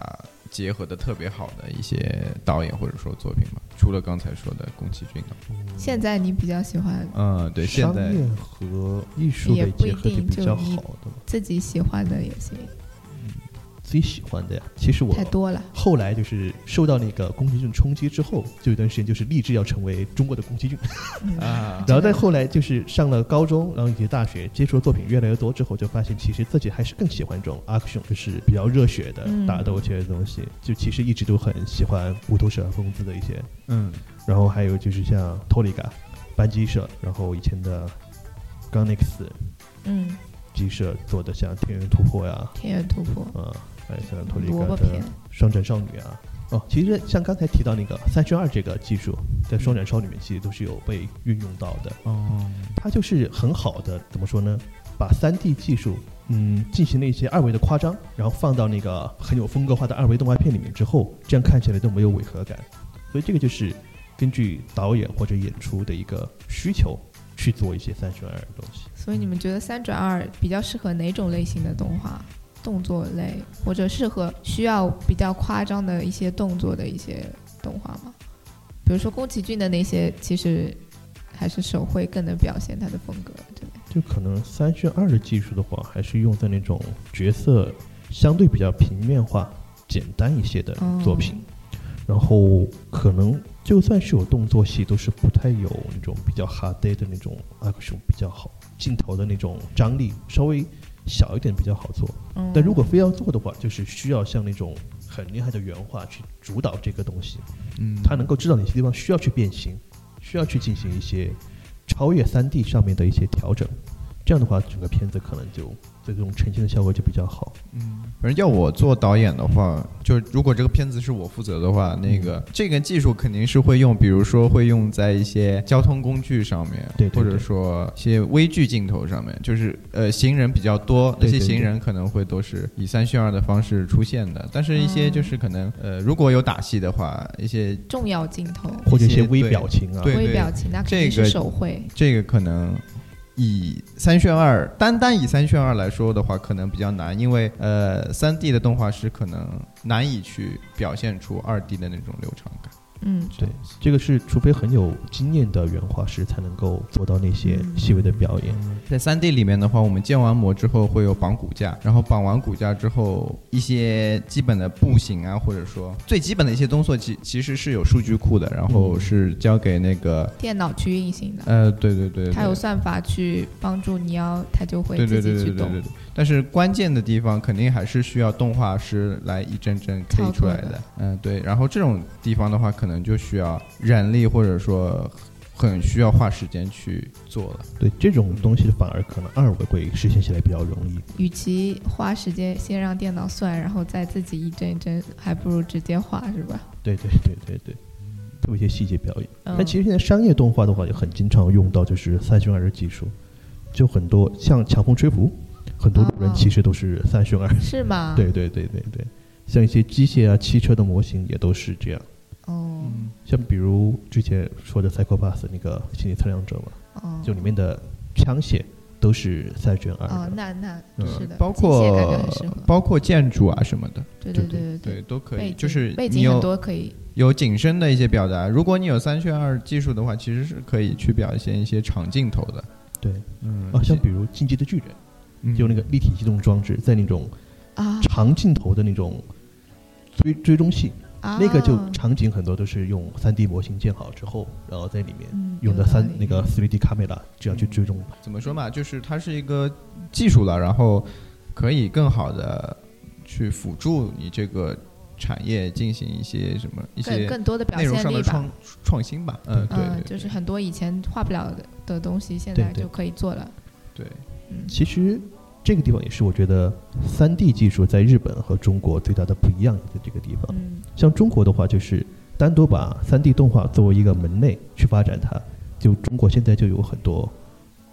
A: 结合的特别好的一些导演或者说作品吧。除了刚才说的宫崎骏的，
C: 现在你比较喜欢
A: 嗯，对，现在
B: 商业和艺术
C: 也
B: 的
C: 不一
B: 结合是
C: 定
B: 比
C: 就
B: 较
C: 你
B: 好的嘛，
C: 自己喜欢的也行，
B: 自己喜欢的呀。其实我
C: 太多了。
B: 后来就是受到那个宫崎骏冲击之后，就有一段时间就是立志要成为中国的宫崎
C: (laughs)
B: 骏，
C: 嗯
A: 啊，
B: 然后再后来就是上了高中，然后以及大学，接触的作品越来越多之后，就发现其实自己还是更喜欢这种 action，就是比较热血的
C: 嗯
B: 打斗这些东西。就其实一直都很喜欢无头蛇风姿的一些，
A: 嗯
B: 然后还有就是像托里嘎、班机社，然后以前的 g u n n x
C: 嗯，
B: 鸡社做的像《天元突破》呀，
C: 天元突破、
B: 啊，还有像托里
C: 萝
B: 嘎
C: 卜
B: 的
C: 片，
B: 双斩少女啊。哦，其实像刚才提到那个三十二这个技术，在双斩少女里面其实都是有被运用到的。
A: 哦，
B: 它就是很好的，怎么说呢？把三 D 技术，嗯，进行了一些二维的夸张，然后放到那个很有风格化的二维动画片里面之后，这样看起来都没有违和感。所以这个就是根据导演或者演出的一个需求去做一些三选二的东西。
C: 所以你们觉得三转二比较适合哪种类型的动画？动作类，或者适合需要比较夸张的一些动作的一些动画吗？比如说宫崎骏的那些，其实还是手绘更能表现他的风格，对吧？
B: 就可能三选二的技术的话，还是用在那种角色相对比较平面化、简单一些的
C: 嗯
B: 作品。然后可能就算是有动作戏，都是不太有那种比较 hard day 的那种 action 比较好，镜头的那种张力稍微小一点比较好做。
C: 嗯
B: 但如果非要做的话，就是需要像那种很厉害的原画去主导这个东西，
A: 嗯，
B: 他能够知道哪些地方需要去变形，需要去进行一些超越三 D 上面的一些调整。这样的话，整个片子可能就最终呈现的效果就比较好。
A: 反正要我做导演的话，就是如果这个片子是我负责的话，那
B: 嗯
A: 个、这个技术肯定是会用，比如说会用在一些交通工具上面，
B: 对对
A: 或者
B: 对
A: 说一些微距镜头上面，就是呃行人比较多，那
B: 对
A: 些
B: 对
A: 行
B: 对
A: 人可能会都是以三炫二的方式出现的，但是一些
C: 嗯
A: 就是可能、呃如果有打戏的话，一些
C: 重要镜头、
B: 或者一
A: 一些
B: 些微
A: 对
B: 表情啊，
A: 对
C: 微表情，那肯
A: 这
C: 定是
A: 个
C: 手绘。
A: 这个可能以三炫二单单以三炫二来说的话，可能比较难，因为呃三 D 的动画师可能难以去表现出二 D 的那种流畅感。
C: 嗯，
B: 对，这个是除非很有经验的原画师才能够做到那些细微的表演。
A: 在三 D 里面的话，我们建完模之后会有绑骨架，然后绑完骨架之后，一些基本的步行啊，或者说最基本的一些动作其，其实是有数据库的，然后是交给那个
C: 电脑去运行的，
A: 呃，对对对对，
C: 它有算法去帮助你要，它就会
A: 对对
C: 自
A: 对
C: 己
A: 对
C: 去
A: 对对
C: 懂
A: 对。。但是关键的地方肯定还是需要动画师来一帧帧 K
C: 操
A: 出
C: 作
A: 来
C: 的
A: 的。嗯，对。然后这种地方的话，可能就需要人力或者说很需要花时间去做了。
B: 对这种东西，反而可能二维会实现起来比较容易。
C: 与其花时间先让电脑算，然后再自己一帧一帧，还不如直接画，是吧？
B: 对对对对对，特别一些细节表演。
C: 嗯、
B: 但其实现在商业动画的话，也很经常用到就是三选二的技术，就很多像《强风吹拂》，很多路人
C: 哦
B: 其实都是三选二。
C: 是吗？
B: (laughs) 对，对对对对，像一些机械啊、汽车的模型也都是这样。
C: 哦，
A: 嗯
B: 像比如之前说的《Psycho Pass》那个心理测量者嘛，
C: 哦，
B: 就里面的枪械都是三选二
C: 哦，
B: 的，
C: 那那
B: 嗯
C: 是的，
A: 包
C: 机械感觉很
A: 括
C: 适合，
A: 包括建筑啊什么的，
C: 对
B: 对
C: 对对
A: 对，。都可
C: 背
A: 以。
C: 景
A: 就是
C: 背
A: 你
C: 景很
A: 有
C: 多可以，
A: 有景深的一些表达，如果你有三选二技术的话，其实是可以去表现一些长镜头的。
B: 对，
A: 嗯
B: 啊，像比如《进击的巨人》，就那个立体机动装置，在那种
C: 啊
B: 长镜头的那种追追踪戏，
C: 啊，
B: 那个就场景很多都是用三 D 模型建好之后，然后在里面
C: 嗯
B: 用
C: 有
B: 的
C: 道
B: 三
C: 理
B: 那个 3D 卡梅拉这样去追踪。
A: 怎么说嘛，就是它是一个技术了，然后可以更好的去辅助你这个产业进行一些什么一
C: 更
A: 些
C: 更多的表
A: 内容
C: 现
A: 上
C: 力
A: 的
C: 吧
A: 创，创新吧。嗯，对
C: 嗯，
A: 对，
C: 就是很多以前画不了的的东西，现
B: 对
C: 在
B: 对
C: 就可以做了。
A: 对，
C: 嗯，
B: 其实这个地方也是我觉得三 D 技术在日本和中国最大的不一样的这个地方。
C: 嗯
B: 像中国的话，就是单独把三 D 动画作为一个门类去发展它，就中国现在就有很多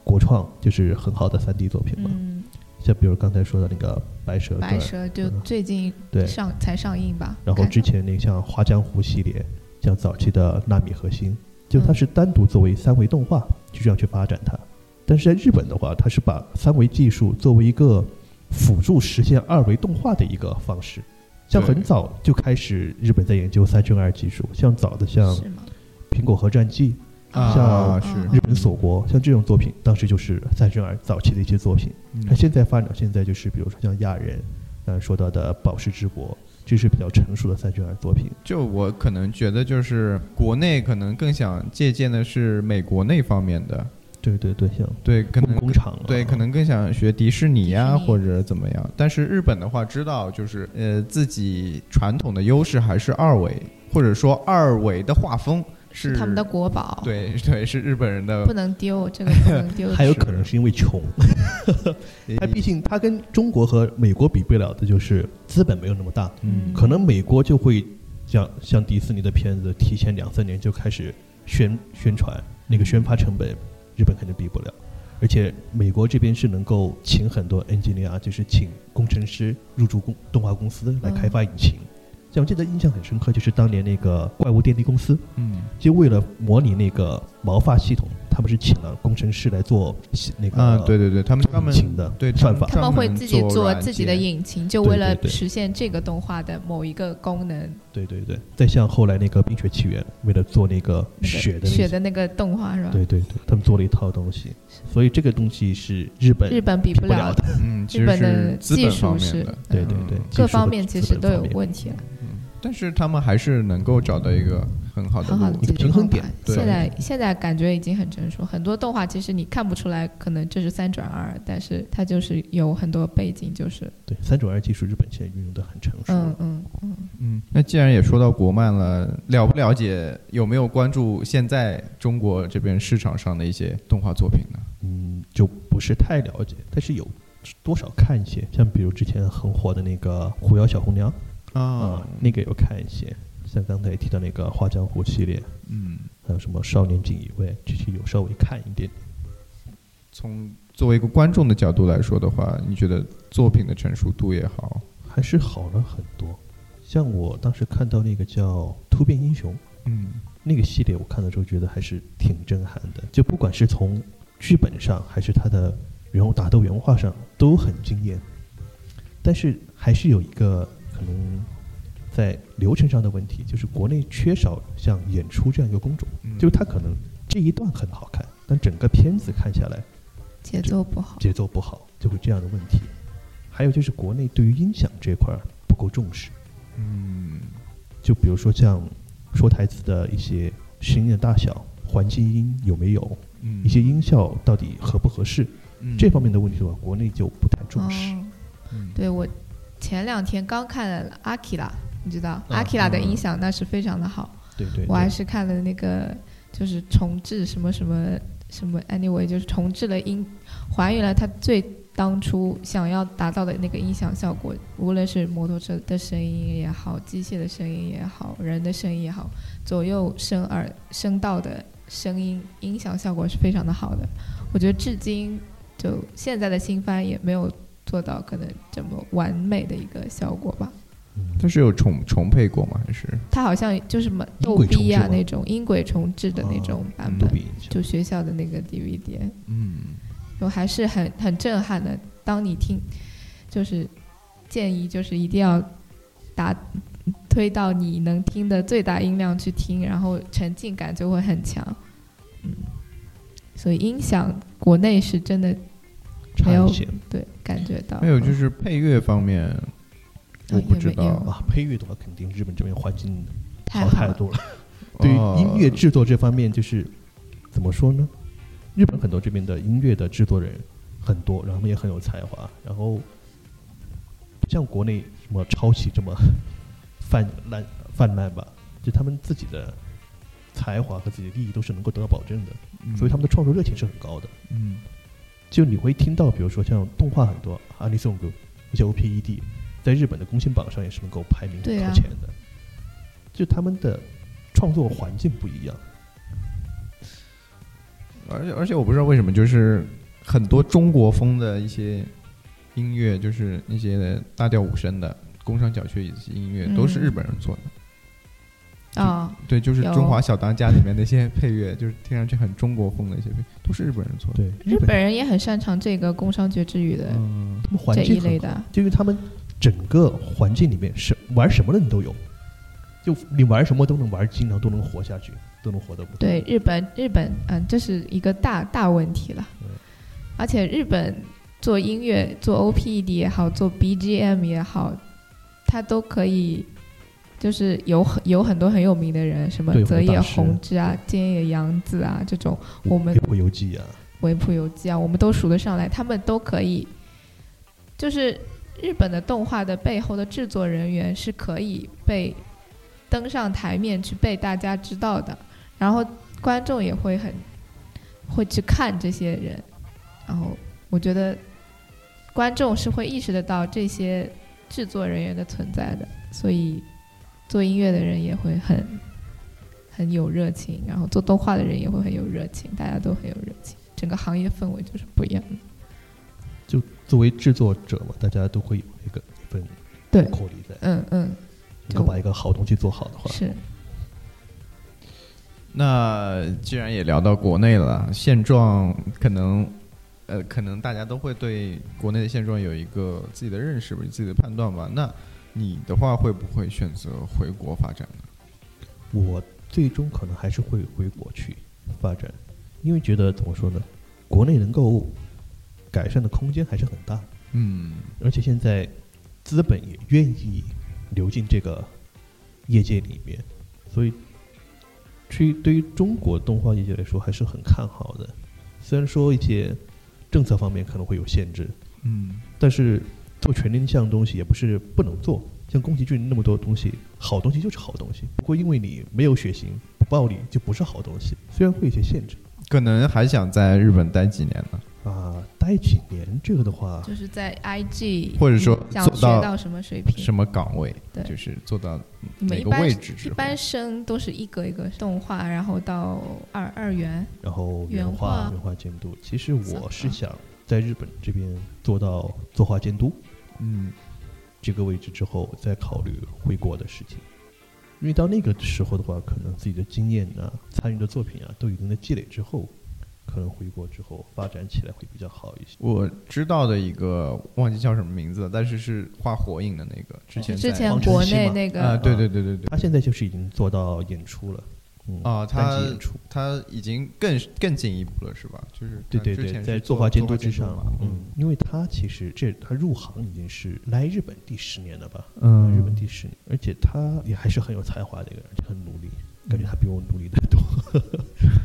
B: 国创就是很好的三 D 作品嘛，
C: 嗯，
B: 像比如刚才说的那个《白蛇传
C: 白》，蛇就
B: 嗯
C: 最近
B: 对，
C: 上才上映吧？
B: 然后
C: 看
B: 之
C: 到
B: 前那个像《花江湖》系列，像早期的《纳米核心》，就它
C: 嗯
B: 是单独作为三维动画就这样去发展它。但是在日本的话，它是把三维技术作为一个辅助实现二维动画的一个方式。像
A: 对
B: 很早就开始日本在研究三乘二技术，像早的像《
C: 是吗？
B: 苹果核战记
A: 啊，
C: 像
A: 是
B: 日本锁国》，像这种作品，当时就是三乘二早期的一些作品。
A: 嗯
C: 嗯
B: 那现在发展，现在就是比如说像亚人，刚才说到的《宝石之国》，这是比较成熟的三乘二作品。
A: 就我可能觉得，就是国内可能更想借鉴的是美国那方面的，
B: 对对对，像
A: 对，可
B: 梦
A: 能
B: 工厂、啊，
A: 对，可能更想学迪士尼呀、
C: 哦迪士尼
A: 或者怎么样。但是日本的话，知道就是呃，自己传统的优势还是二维，或者说二维的画风是
C: 他们的国宝，，
A: 对对，是日本人的
C: 不，能丢，这个不能丢。
B: (laughs) 还有可能是因为穷。
A: 也
B: (laughs) 它毕竟它跟中国和美国比不了的就是资本没有那么大，
A: 嗯
B: 可能美国就会像像迪士尼的片子提前两三年就开始宣宣传，那个宣发成本日本肯定比不了。而且美国这边是能够请很多 engineer，就是请工程师入驻公动画公司来开发引擎。像我记得印象很深刻，就是当年那个怪物电力公司，
A: 嗯
B: 就为了模拟那个毛发系统，他们是请了工程师来做那个
A: 啊，对对对，他们
B: 嗯
A: 他们
B: 请的
A: 对
B: 算法
C: 他们会自己做
A: 专门软件
C: 自己的引擎，就
B: 对
C: 为了
B: 对对
C: 实现这个动画的某一个功能，
B: 对对对，再像后来那个《冰雪奇缘》，为了做那个
C: 那个
B: 雪的那
C: 雪
B: 些
C: 的那个动画是吧？
B: 对对对，他们做了一套东西，所以这个东西是日本
C: 日本比
B: 不
C: 不
B: 了
C: 了，
B: 的，
A: 嗯，其实
C: 日本
A: 是
C: 的
A: 资
C: 技
A: 本
C: 术
A: 方
C: 是
A: 面的，
B: 对对对
A: 嗯，
B: 技
C: 各
B: 术
C: 方
B: 和
C: 面其
B: 资
C: 实
B: 本
C: 都
B: 方
C: 有
B: 面
C: 问题了，
A: 但是他们还是能够找到一个很好的
C: 很好的
A: 路
B: 一。
C: 解
B: 个
C: 决
B: 平衡
C: 方法
B: 点。
A: 对
C: 现在现在感觉已经很成熟，很多动画其实你看不出来，可能这是三转二，但是它就是有很多背景，就是
B: 对，三种二技术日本现在运用的很成熟。
C: 嗯嗯嗯，
A: 嗯，那既然也说到国漫了，了不了解有没有关注现在中国这边市场上的一些动画作品呢？
B: 嗯，就不是太了解，但是有多少看一些，像比如之前很火的那个《狐妖小红娘》
A: 嗯
B: 啊、那个有看一些，像刚才也提到那个《花江湖》系列，
A: 嗯，
B: 还有什么《少年锦衣卫》，这些有稍微看一点。
A: 从作为一个观众的角度来说的话，你觉得作品的成熟度也好，
B: 还是好了很多。像我当时看到那个叫《突变英雄》
A: 嗯
B: 那个系列，我看的时候觉得还是挺震撼的。就不管是从剧本上，还是它的人物打斗原画上，都很惊艳。但是还是有一个可能在流程上的问题，就是国内缺少像演出这样一个工种，
A: 嗯
B: 就是它可能这一段很好看，但整个片子看下来
C: 节奏不好，
B: 节奏不好，就会这样的问题。还有就是国内对于音响这块儿不够重视。
A: 嗯
B: 就比如说像说台词的一些声音的大小、环境音有没有，
A: 嗯
B: 一些音效到底合不合适，这方面的问题的话，国内就不太重视。
C: 嗯哦
A: 嗯
C: 对我前两天刚看了《阿基拉》，你知道《
B: 啊
C: 阿基拉》的音响那是非常的好，
B: 对对
C: 我还
B: 对，
C: 是看了那个就是重置什么什么什么，anyway 就是重置了音，还原了它最当初想要达到的那个音响效果，无论是摩托车的声音也好，机械的声音也好，人的声音也好，左右声耳声道的声音音响效果是非常的好的。我觉得至今就现在的新番也没有做到可能这么完美的一个效果吧。
B: 嗯
A: 但是有重重配过吗？还是
C: 它好像就是什么
B: 音
C: 逗
B: 轨
C: 逼
B: 重
C: 呀
B: 置吗
C: 那种音轨重置的那种版
B: 都
C: 本，
B: 比较
C: 就学校的那个 DVD，
A: 嗯
C: 我还是很很震撼的。当你听，就是建议就是一定要达推到你能听的最大音量去听，然后沉浸感就会很强。嗯，所以音响国内是真的
B: 差
C: 没有
B: 一些
C: 对感觉到
A: 还有就是配乐方面，
C: 嗯
A: 我不知
C: 也没
A: 道
C: 有
B: 啊。配乐的话，肯定日本这边环境
C: 太
B: 好
C: 好
B: 太
C: 了，
B: 多了。
A: 哦
B: 对于音乐制作这方面，就是怎么说呢？日本很多这边的音乐的制作人很多，然后他们也很有才华，然后不像国内什么抄袭这么泛滥泛滥吧，就他们自己的才华和自己的利益都是能够得到保证的，
A: 嗯
B: 所以他们的创作热情是很高的。
A: 嗯
B: 就你会听到，比如说像动画很多啊阿里颂歌，而且 OPED E 在日本的工信榜上也是能够排名很
C: 对啊
B: 靠前的。就他们的创作环境不一样，
A: 而且而且我不知道为什么，就是很多中国风的一些音乐，就是那些大调五声的、工商小曲以及音乐，
C: 嗯
A: 都是日本人做的。
C: 啊、
A: 对，就是
C: 有
A: 《中华小当家》里面那些配乐， (laughs) 就是听上去很中国风的一些配乐，都是日本人做的。
B: 对
C: 日本人也很擅长这个工商绝之语的
A: 嗯，
B: 他们环
C: 这
B: 境
C: 一
B: 很
C: 类的，
B: 就是他们整个环境里面是玩什么的你都有，就你玩什么都能玩精，然后都能活下去，都能活得不错。
C: 对日本，日本，嗯，这是一个大大问题了
B: 嗯。
C: 而且日本做音乐，做 OPED 也好，做 BGM 也好，它都可以，就是有很有很多很有名的人，什么
B: 对
C: 泽
B: 我
C: 野
B: 大师
C: 弘之啊、菅野洋子啊这种，我们
B: 也不游记啊，
C: 维普游记啊，我们都数得上来，他们都可以，就是日本的动画的背后的制作人员是可以被登上台面去被大家知道的，然后观众也会很会去看这些人，然后我觉得观众是会意识得到这些制作人员的存在的，所以做音乐的人也会很。很有热情，然后做动画的人也会很有热情，大家都很有热情，整个行业氛围就是不一样的。
B: 就作为制作者嘛，大家都会有一个一份
C: 对
B: 魄力在。
C: 嗯嗯，
B: 能够把一个好东西做好的话，
C: 是
A: 那既然也聊到国内了，现状可能，呃，可能大家都会对国内的现状有一个自己的认识吧，自己的判断吧。那你的话会不会选择回国发展呢？
B: 我最终可能还是会回国去发展，因为觉得怎么说呢，国内能够改善的空间还是很大的，
A: 嗯，
B: 而且现在资本也愿意流进这个业界里面，所以对于对于中国动画业界来说还是很看好的。虽然说一些政策方面可能会有限制，
A: 嗯，
B: 但是做全天项的东西也不是不能做，像宫崎骏那么多东西，好东西就是好东西。不过因为你没有血腥、不暴力，就不是好东西。虽然会有些限制
A: 可能还想在日本待几年呢，
B: 啊，待几年这个的话，
C: 就是在 IG
A: 或者说
C: 想
A: 做
C: 学
A: 到
C: 到什么水平，
A: 什么岗位，
C: 对
A: 就是做到
C: 你们
A: 哪
C: 一
A: 个
C: 般
A: 位
C: 是
A: 置之
C: 一
A: 后，
C: 般升都是一格一格动画，然后到二二元，
B: 然后
C: 原
B: 原画
C: 画
B: 原画监督，其实我是想在日本这边做到作画监督
A: 嗯，
B: 这个位置之后，再考虑回国的事情。因为到那个时候的话，可能自己的经验啊、参与的作品啊，都有一定的积累之后，可能回国之后发展起来会比较好一些。
A: 我知道的一个忘记叫什么名字了，但是是画火影的那个，之前
C: 哦之
A: 在
C: 前
B: 王晨
C: 国
B: 曦
C: 内
B: 嘛
C: 那个、
A: 啊，对对对对对，
B: 他现在就是已经做到演出了，嗯，
A: 啊他
B: 单机演出，
A: 他已经更更进一步了，是吧？就是
B: 对对
A: 他之前
B: 对，
A: 是
B: 在
A: 做
B: 作画监
A: 督
B: 督之上
A: 嘛，，
B: 嗯，因为他其实这他入行已经是来日本第十年了吧，
A: 嗯
B: 日本第十年，而且他也还是很有才华的一个人，而且很努力，感觉他比我努力的多。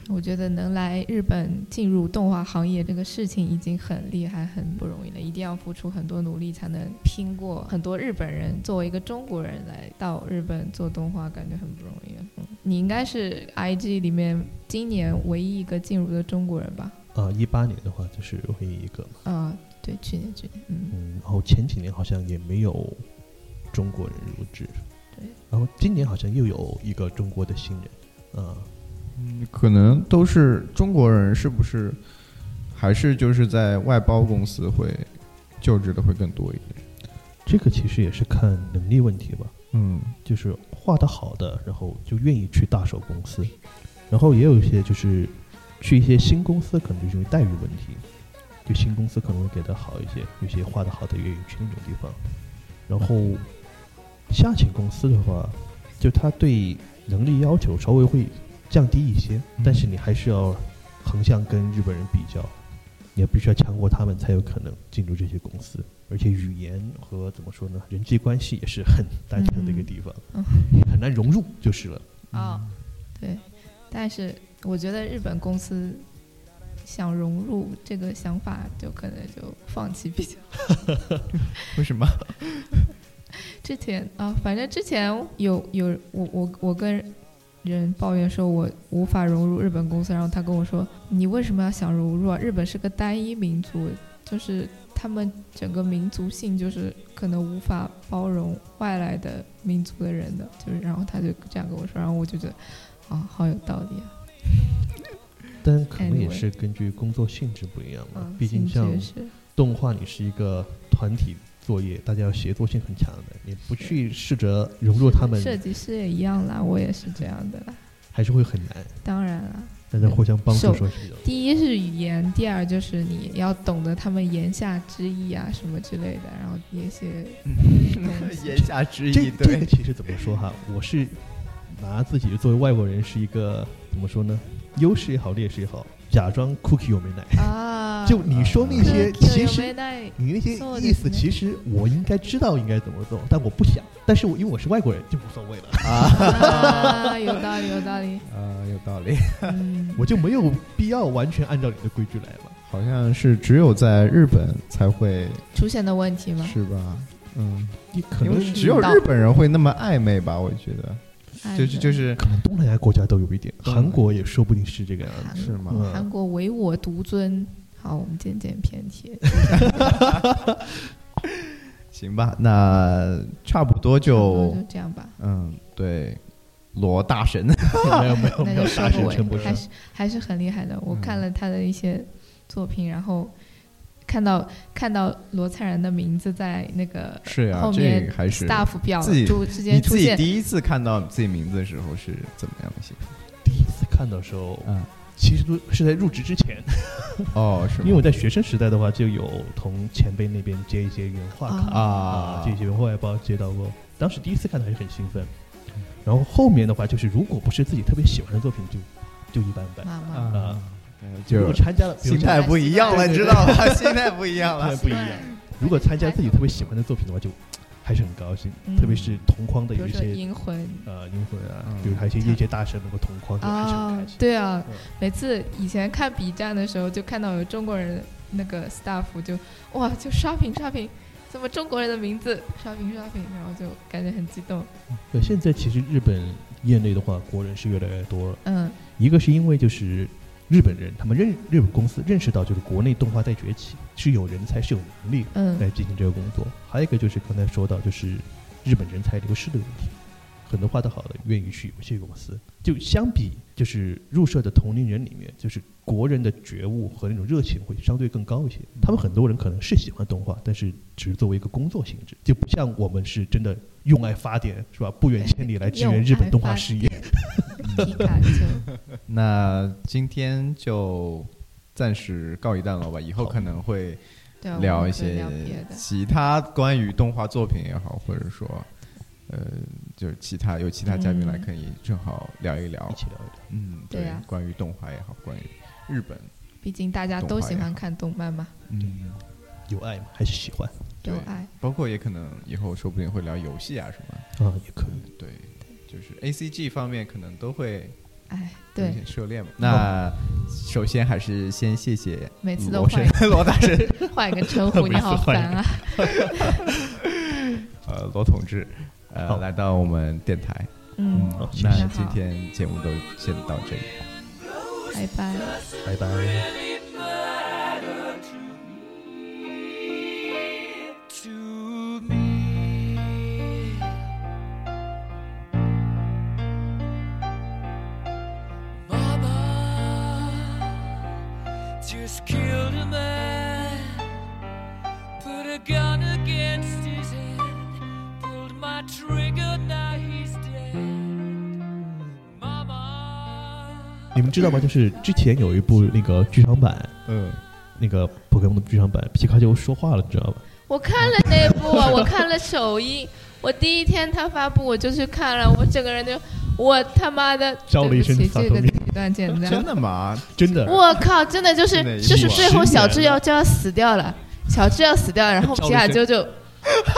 C: 我觉得能来日本进入动画行业这个事情已经很厉害、很不容易了，一定要付出很多努力才能拼过。很多日本人作为一个中国人来到日本做动画，感觉很不容易了。嗯你应该是 IG 里面今年唯一一个进入的中国人吧？
B: (laughs) 啊，一八年的话就是唯一一个嘛，
C: 啊、对，去年去年，嗯，
B: 嗯，然后前几年好像也没有中国人入职，
C: 对，
B: 然后今年好像又有一个中国的新人，啊，
A: 嗯，可能都是中国人，是不是？还是就是在外包公司会就职的会更多一点？
B: 这个其实也是看能力问题吧。
A: 嗯，
B: 就是画的好的，然后就愿意去大手公司，然后也有一些就是去一些新公司，可能就是因为待遇问题，就新公司可能会给的好一些，有些画的好的也有去那种地方。然后下潜公司的话，就他对能力要求稍微会降低一些，但是你还是要横向跟日本人比较，你也必须要强过他们才有可能进入这些公司。而且语言和怎么说呢，人际关系也是很单纯的一个地方，
C: 嗯
B: 很难融入就是了。
A: 哦
C: 啊、
A: 嗯
C: 对，但是我觉得日本公司想融入这个想法，就可能就放弃比较。
A: 为什么？
C: 之前啊、反正之前有有我我我跟人抱怨说我无法融入日本公司，然后他跟我说：“你为什么要想融入啊？日本是个单一民族，就是他们整个民族性就是可能无法包容外来的民族的人的。”就是，然后他就这样跟我说，然后我就觉得啊、好有道理啊。
B: 但可能也
C: Anyway
B: 是根据工作性质不一样嘛，
C: 嗯，
B: 啊毕竟
C: 兴趣
B: 像
C: 也是
B: 动画，你是一个团体作业，大家要协作性很强的，你不去试着融入他们，
C: 设计师也一样啦，我也是这样的啦，
B: 还是会很难。
C: 当然啦。
B: 大家互相帮助
C: 手
B: 说是比较
C: 第一是语言，第二就是你要懂得他们言下之意啊什么之类的，然后一些嗯东
A: (laughs)
C: 西
A: 言下之
B: 这
A: 意，
B: 这个
A: 对，
B: 其实怎么说哈？我是拿自己作为外国人是一个怎么说呢？优势也好，劣势也好，假装 cookie 有没奶。
C: 啊，
B: 就你说那些，
C: 科技
B: 其
C: 嗯有
B: 实
C: 没带
B: 你那些
C: そう
B: 意
C: です
B: 思，
C: ね
B: 其实我应该知道应该怎么做，但我不想。但是我因为我是外国人，就无所谓了，
C: 啊，有道理，有道理，
A: 呃，有道理。
C: 嗯，
B: 我就没有必要完全按照你的规矩来嘛。
A: 好像是只有在日本才会
C: 出现的问题吗？
A: 是吧？嗯，
B: 你可
A: 因
B: 能
A: 为
B: 是
A: 只有日本人会那么暧昧吧？我觉得，
C: 哎
A: 就是就是
B: 可能东南亚国家都有一点，
A: 嗯
B: 韩国也说不定是这个样子。
C: 韩
A: 是吗？
B: 嗯
C: 韩国唯我独尊。好，我们渐渐偏题，
A: 行吧，那差不多
C: 我
A: 就
C: 就这样吧。
A: 嗯，对，罗大
C: (laughs)
A: 神，
B: 没有没有
C: 那
B: 没
C: 就
B: 有，
C: 收
B: 哦大
C: 个
B: 神称不
C: 尾，
B: 上
C: 还。是还是很厉害的。我
A: 嗯
C: 看了他的一些作品，然后看到看到罗灿然的名字在那个
A: 是呀、
C: 后
A: 啊这
C: 面
A: 个还是
C: staff 表
A: 自己
C: 就之
A: 你
C: 间
A: 自
C: 出
A: 己
C: 现，
A: 第一次看到自己名字的时候是怎么样的心情？
B: 第一次看的时候，
A: 嗯，
B: 其实都是在入职之前，
A: (laughs) 哦，是吗
B: 因为我在学生时代的话，就有同前辈那边接一些原画卡
C: 啊
A: 啊，
B: 借一些原画外包接到过。当时第一次看的还是很兴奋，然后后面的话就是，如果不是自己特别喜欢的作品就，就一般般。
C: 妈妈
A: 啊
B: 啊，如
A: 就
B: 果参加了，比如
A: 心态不一样了，
B: 对
A: 知
B: 对对
A: 道吧？ (laughs) 心态不一样
B: 参加
A: 了。
B: 不一样。如果参加自己特别喜欢的作品的话，就还是很高兴，
C: 嗯
B: 特别是同框的
C: 比
B: 有
C: 如
B: 一
C: 说
B: 些
C: 银魂
B: 呃灵魂啊
A: 嗯，
B: 比如还有一些业界大神能够同框，就还是很
C: 啊
B: 开，心。
C: 对啊
B: 嗯，
C: 每次以前看 B 站的时候，就看到有中国人那个 staff 就哇就刷屏刷屏，怎么中国人的名字刷屏刷屏，然后就感觉很激动，
B: 对，现在其实日本业内的话，国人是越来越多了。
C: 嗯
B: 一个是因为就是日本人，他们认日本公司认识到就是国内动画在崛起，是有人才是有能力
C: 嗯
A: 哎
B: 来进行这个工作。还有一个就是刚才说到就是日本人才流失的问题，很多画得好的愿意去有些公司，就相比就是入社的同龄人里面，就是国人的觉悟和那种热情会相对更高一些。他们很多人可能是喜欢动画，但是只是作为一个工作性质，就不像我们是真的用爱发电是吧？不远千里来支援日本动画事业。
C: 皮卡丘，
A: 那今天就暂时告一段落吧，以后
B: 好
A: 可能会
C: 对啊，我们
A: 聊一
C: 可以
A: 些
C: 聊别的，
A: 其他关于动画作品也好，或者说，呃，就是其他有其他嘉宾来，
C: 嗯
A: 可以正好聊一聊
B: 一。起聊一聊。
A: 嗯，
C: 对呀
A: 关于动画也好，关于日本，
C: 毕竟大家都喜欢看动漫嘛，
A: 嗯，
B: 有爱吗？还是喜欢
A: 对
C: 有爱，
A: 包括也可能以后说不定会聊游戏啊什么，
B: 啊？也可以。
A: 对，就是 A C G 方面可能都会
C: 哎，
A: 有
C: 对，
A: 点涉猎嘛。那首先还是先谢谢
C: 每次都
A: 罗
C: 换
A: 神 (laughs) 罗大神，
C: 换一个称
A: (laughs)
B: 每
C: 呼，
B: 次
C: 你好烦啊！
A: 呃，罗同志，呃，
B: 好
A: 来到我们电台。
C: 嗯，
B: 好谢谢
A: 那今天节目都先到这里。嗯
C: 拜拜。
B: 拜拜。
D: to me. Mama just killed a man, put a gun against his head, pulled my trigger, now he's dead. Mama.
B: 你们知道吗？就是之前有一部那个剧场版，
A: 嗯，
B: 那个《宝可梦》的剧场版，皮卡丘说话了，你知道吗？
C: 我看了那部，啊
A: (laughs)
C: 我看了首映，我第一天他发布我就去看了，我整个人就，我他妈的，
B: 叫了一声
C: 对不起这个
B: Satomi
C: (laughs) 这段简
A: 真
C: 单，
A: 的吗？
B: 真的，
C: 我靠，真的就是
A: 哪一部啊
C: 就是最后小智要就要死掉了，小智要死掉
A: (laughs)
C: 了，然后
B: 叫了
C: 皮
B: 一声
C: 卡丘就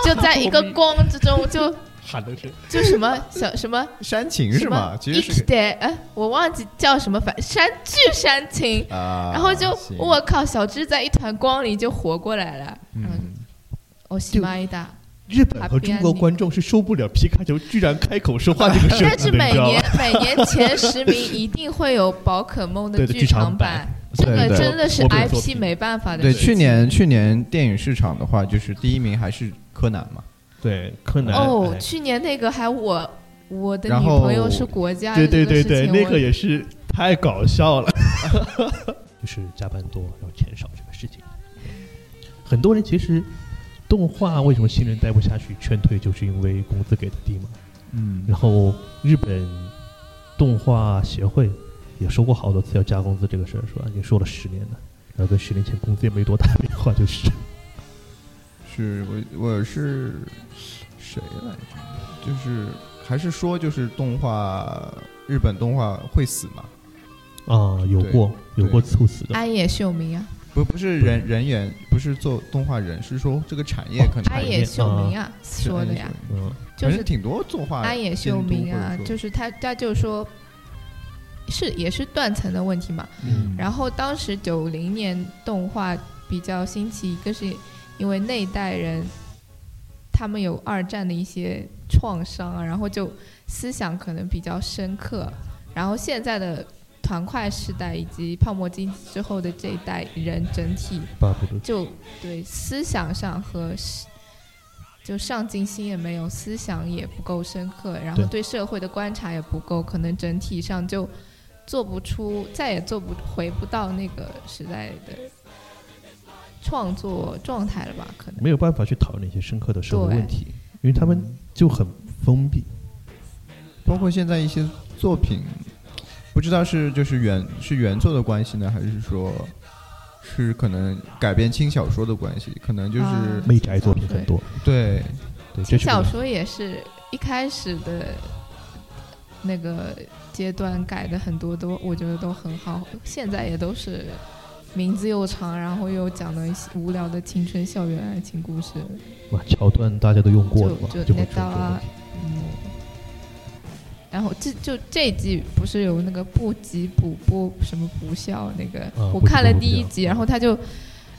C: 就在一个光之中就
B: 喊的是
C: 就什么小什么。
A: 煽情是
C: 什
A: 吗
C: 么？
A: 其实是
C: Each day，哎，我忘记叫什么，反山巨煽情，
A: 个啊，
C: 然后就
A: 行
C: 我靠，小智在一团光里就活过来了。嗯，
A: 嗯，
C: 我喜欢一打，
B: 日本和中国观众是受不了皮卡丘居然开口说话这个事
C: (laughs) 但是
B: 情的，你
C: 每
B: 知道
C: 年
B: (laughs) 吗？
C: 每年前十名一定会有宝可梦的
B: 对的剧场
C: 场版，这
A: 剧场版对
C: 个
A: 对
C: 真的是
B: 我本作
C: IP
B: 品
C: 没办法的
A: 对，
C: 事情。
A: 去年去年电影市场的话，就是第一名还是柯南嘛。
B: 对，柯南
C: 哦，
B: 哎
C: 去年那个还我我的
A: 然
C: 女
A: 后
C: 朋友是国家
B: 对
C: 的
B: 对对
C: 这事情
B: 对，
C: 我
B: 那个也是太搞笑
C: (laughs)
B: 了，就是加班多然后钱少这个事情，很多人其实动画为什么新人待不下去劝退，就是因为工资给的低嘛。
A: 嗯
B: 然后日本动画协会也说过好多次要加工资这个事儿，是吧？已经说了十年了，然后跟十年前工资也没多大变化，
A: (laughs)
B: 就是
A: 是我我是谁来着？就是还是说就是动画日本动画会死吗？
B: 啊，有
A: 对
B: 过有
A: 对
B: 过猝死的，
C: 安野秀明啊，
A: 不不是人人员，不是做动画人，是说这个产业
B: 哦
A: 可能
C: 安野秀明啊
A: 是
C: 说的呀，
B: 嗯，
C: 就
A: 反
C: 是
A: 正挺多作画
C: 安野秀明啊，就是他他就说，是也是断层的问题嘛。
A: 嗯
C: 然后当时九零年动画比较兴起，一个是因为那一代人他们有二战的一些创伤啊，然后就思想可能比较深刻。然后现在的团块时代以及泡沫经济之后的这一代人，整体
B: 巴不得
C: 就对思想上和是就上进心也没有，思想也不够深刻，然后对社会的观察也不够，可能整体上就做不出，再也做不回不到那个时代的创作状态了吧？可能
B: 没有办法去讨论一些深刻的社会
C: 对
B: 问题，因为他们就很封闭。
A: 包括现在一些作品，不知道是就是原是原作的关系呢，还是说是可能改编轻小说的关系，可能就是、
C: 啊
B: 媚宅作品很多，
A: 对
B: 对，这
C: 轻
B: 是个
C: 小说也是一开始的那个阶段改的很多都，我觉得都很好，现在也都是名字又长，然后又讲的一些无聊的青春校园爱情故事，
B: 嘛桥段大家都用过了嘛，
C: 就就
B: 就会
C: 那
B: 出
C: 刀
B: 这个问
C: 啊
B: 题。，
C: 嗯。然后这就这一季不是有那个不及补不什么不孝那个，
B: 啊
C: 我
B: 不及
C: 看了
B: 补
C: 第一
B: 不孝嗯
C: 集，然后他就，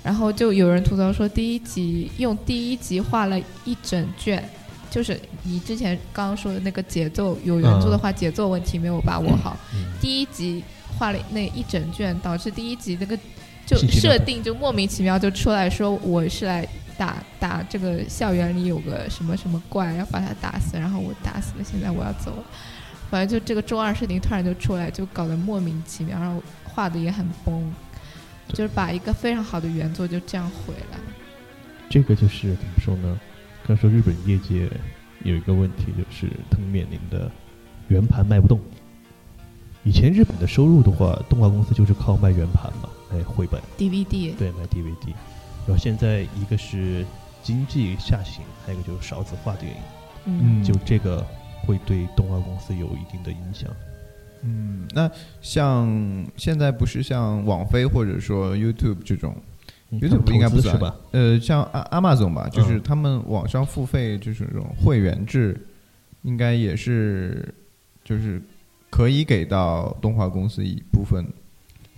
C: 然后就有人吐槽说第一集用第一集画了一整卷，就是你之前刚刚说的那个节奏，有原
B: 啊
C: 著的话节奏问题没有把握好，
B: 嗯
C: 第一集画了那一整卷，导致第一集那个就
B: 信息量
C: 设定就莫名其妙就出来说我是来打打这个校园里有个什么什么怪，要把他打死，然后我打死了，现在我要走了。反正就这个中二设定突然就出来，就搞得莫名其妙，然后画的也很崩，
B: 对
C: 就是把一个非常好的原作就这样毁了。
B: 这个就是怎么说呢？刚说日本业界有一个问题，就是他们面临的圆盘卖不动。以前日本的收入的话，动画公司就是靠卖圆盘嘛，来回本，
C: DVD
B: 对，卖 DVD。然后现在一个是经济下行，还有一个就是少子化的原因，
C: 嗯，
B: 就这个会对动画公司有一定的影响。
A: 嗯，那像现在不是像网飞或者说 YouTube 这种，
B: 嗯
A: YouTube
B: 他们
A: 应该不
B: 投资
A: 算
B: 是吧？
A: 呃，像阿阿玛总吧，就是
B: 嗯
A: 他们网上付费就是这种会员制，应该也是就是可以给到动画公司一部分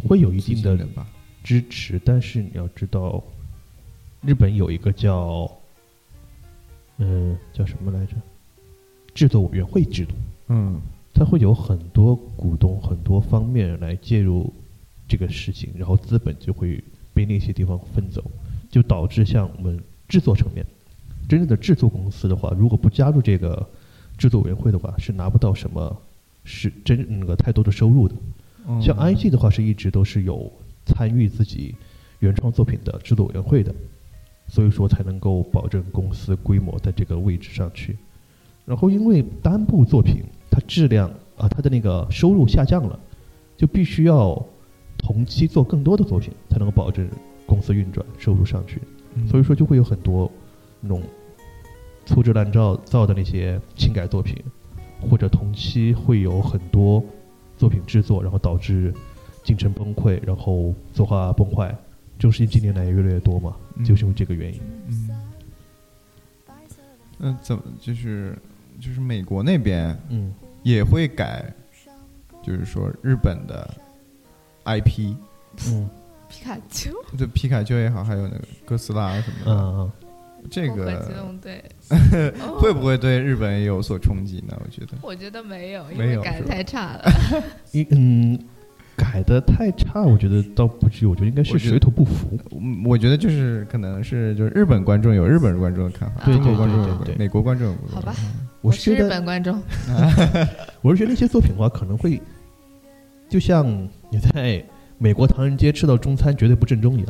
B: 会有一
A: 资
B: 定
A: 金
B: 的
A: 的吧。
B: 支持，但是你要知道，日本有一个叫，嗯，叫什么来着？制作委员会制度，
A: 嗯
B: 它会有很多股东、很多方面来介入这个事情，然后资本就会被那些地方分走，就导致像我们制作层面，真正的制作公司的话，如果不加入这个制作委员会的话，是拿不到什么是真那个太多的收入的。
A: 嗯，
B: 像 IG 的话是一直都是有参与自己原创作品的制作委员会的，所以说才能够保证公司规模在这个位置上去。然后因为单部作品它质量啊，它的那个收入下降了，就必须要同期做更多的作品，才能够保证公司运转收入上去。
A: 嗯
B: 所以说就会有很多那种粗制滥造造的那些轻改作品，或者同期会有很多作品制作，然后导致进程崩溃，然后作画崩坏，这种事情近年来也越来越多嘛，
A: 嗯
B: 就是因为这个原因。
A: 嗯，那怎么就是就是美国那边
B: 嗯，
A: 也会改，就是说日本的 IP，
B: 嗯
C: 皮卡丘，
A: 就皮卡丘也好，还有那个哥斯拉什么的，
B: 嗯
A: (laughs) 这
C: 我很激
A: 个
C: 动，对，哦
A: 会不会对日本也有所冲击呢？我觉得，
C: 我觉得没有，因
A: 没
C: 为
A: 有
C: 改
A: 是
C: 的
A: 吧
C: 太差了。
B: 一嗯，改的太差，我觉得倒不至于，我觉得应该是
A: 我觉得
B: 水土不服。
A: 嗯我觉得就是可能是就是日本观众有日本观众的看法，
C: 对
A: 中国
C: 对
A: 观众
B: 对
A: 有
B: 对对
A: 美国观众有美国
C: 啊好
A: 观众
C: 吧，
B: 我
C: 我是
B: 是觉
C: 日
B: 得，
C: 本观众，
B: 我是觉得那些作品的话，可能会就像你在美国唐人街吃到中餐绝对不正宗一样。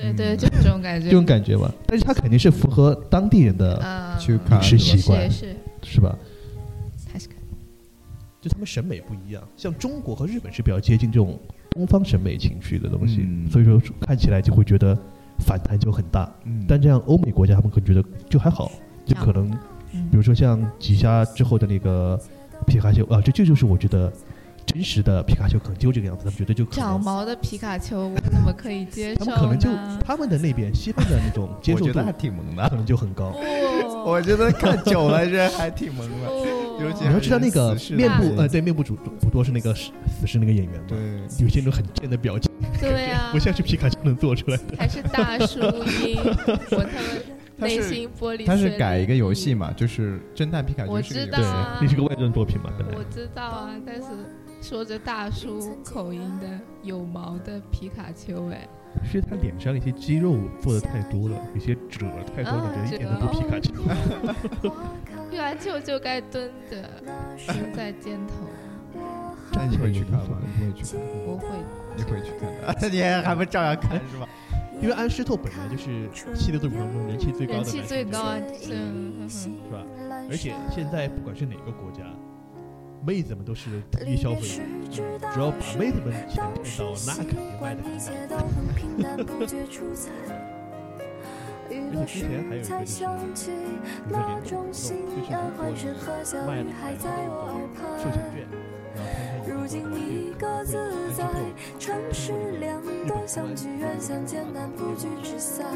C: 对对，就这种感觉，
B: 这种感觉吧。但是它肯定是符合当地人的，
C: 嗯，
A: 去
B: 饮
A: 看是
B: 食
A: 吧
B: 习
C: 是
B: 惯
C: 也，是，
B: 是吧？
C: 还是看
B: 就他们审美不一样，像中国和日本是比较接近这种东方审美情趣的东西，
A: 嗯
B: 所以说看起来就会觉得反弹就很大。
A: 嗯
B: 但这样欧美国家他们可能觉得就还好，就可能
C: 嗯
B: 比如说像几下之后的那个皮卡丘啊，这这就是我觉得真实的皮卡丘可能就这个样子，他们觉得就可
C: 长
B: 能
C: 毛的皮卡丘，我怎么可以接
B: 他
C: 受
B: 们可能就
C: 呢？
B: 他们的那边西方的那种接
A: 我
B: 受
A: 觉
B: 度
A: 得还挺萌
B: 可
A: 的，
B: 能就很高。
C: 不，
A: 我觉得看久了这还挺萌
C: (laughs)
A: 的。
C: 不
A: 尤其
B: 你要知道那
A: 死
B: 个
A: 哦侍的
B: 面
A: 那
B: 部
A: 个
B: 呃对面部主捕捉是那个死死侍那个演员嘛，
A: 对，啊
B: 有些那种很贱的表情，
C: 对呀、
B: 不像是皮卡丘能做出来的。
C: 还是大叔音，我他妈内心玻璃碎裂。
A: 他是改一个游戏嘛，就是侦探皮卡
C: 嗯我
A: 丘是个游
C: 知
A: 戏
C: 道啊
B: 对，那是个外传作品嘛，本来
C: 我知道啊，但是说着大叔口音的有毛的皮卡丘，哎，
B: 是他脸上一些肌肉做的太多了，有些褶太多了，
C: 啊
B: 觉得
A: 嗯
B: 一点都不
C: 褶
B: 皮卡丘。
C: 皮卡丘就啊该蹲着，đứng在肩头，
A: (laughs) 那你会去看吗？ (laughs) 你会去看？
C: 我会
A: 你会去看的？ (laughs) 你还不照样看是吧？
B: 因为安室透本来就是系列作品当中人气最高的
C: 人
B: 男
C: 气
B: 性
C: 最高啊，是嗯
B: 是吧？而且现在不管是哪个国家，妹子们都是第一消费者，只要把妹子们钱骗到，那肯定卖的很好。而且之前还有一个就是有个联动，就是如果你卖了一百张那个授权券，然后参加一个活动的话，就会有安室透。
E: 城市凉都相聚，远相见，南不惧之散。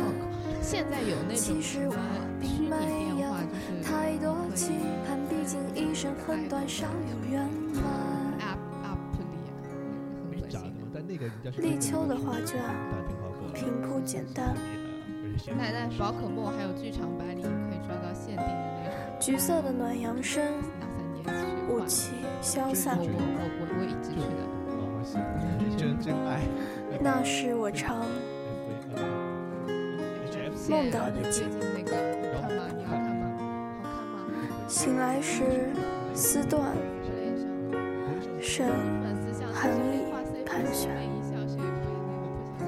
C: 现在有那种什么虚拟电话，就是
E: 太多期盼，毕竟一生很短，少有圆满。
C: app 啊 app 里，那个很恶
B: 假的
C: 心
B: 嘛
C: 的。，
B: 但那个人家是
E: 立秋的画卷，
B: 打电话过来，
E: 平铺简单，
C: 那那宝可梦还有剧场版里可以抓到限定的那种，
E: 橘色的暖阳升，
C: 两三年去
E: 雾
C: 换。
E: 气消散
C: 我我。我我我一直去的。
A: 哦，行，真真爱。
E: 那时我常梦到的
C: 最
E: 景
C: 近那个好看吗？你要看吗？好看吗？
E: 醒来时，丝缎
C: 之类上
E: 甚
C: 粉丝像
E: 韩
C: 谁
E: 愈
C: 画谁
E: 盘旋
C: 谁一笑谁不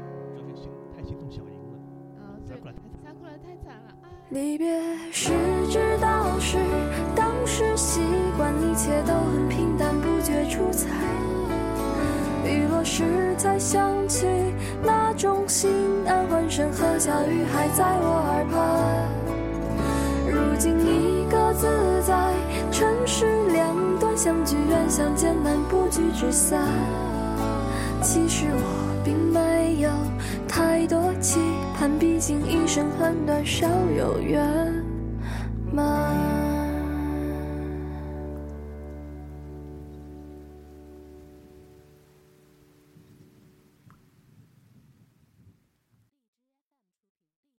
C: 那个不想说
B: 太心动小樱了，
C: 啊
B: 咱
C: 对
B: 过来太
C: 三库人太惨了啊！
E: 离别时知道是当时习惯，一切都很平淡，不觉出彩。雨落时才想起那种心安，欢声和笑语还在我耳畔。如今一个自在，尘世两端相聚，远相见，难不聚只散。其实我并没有太多期盼，毕竟一生很短，少有圆满。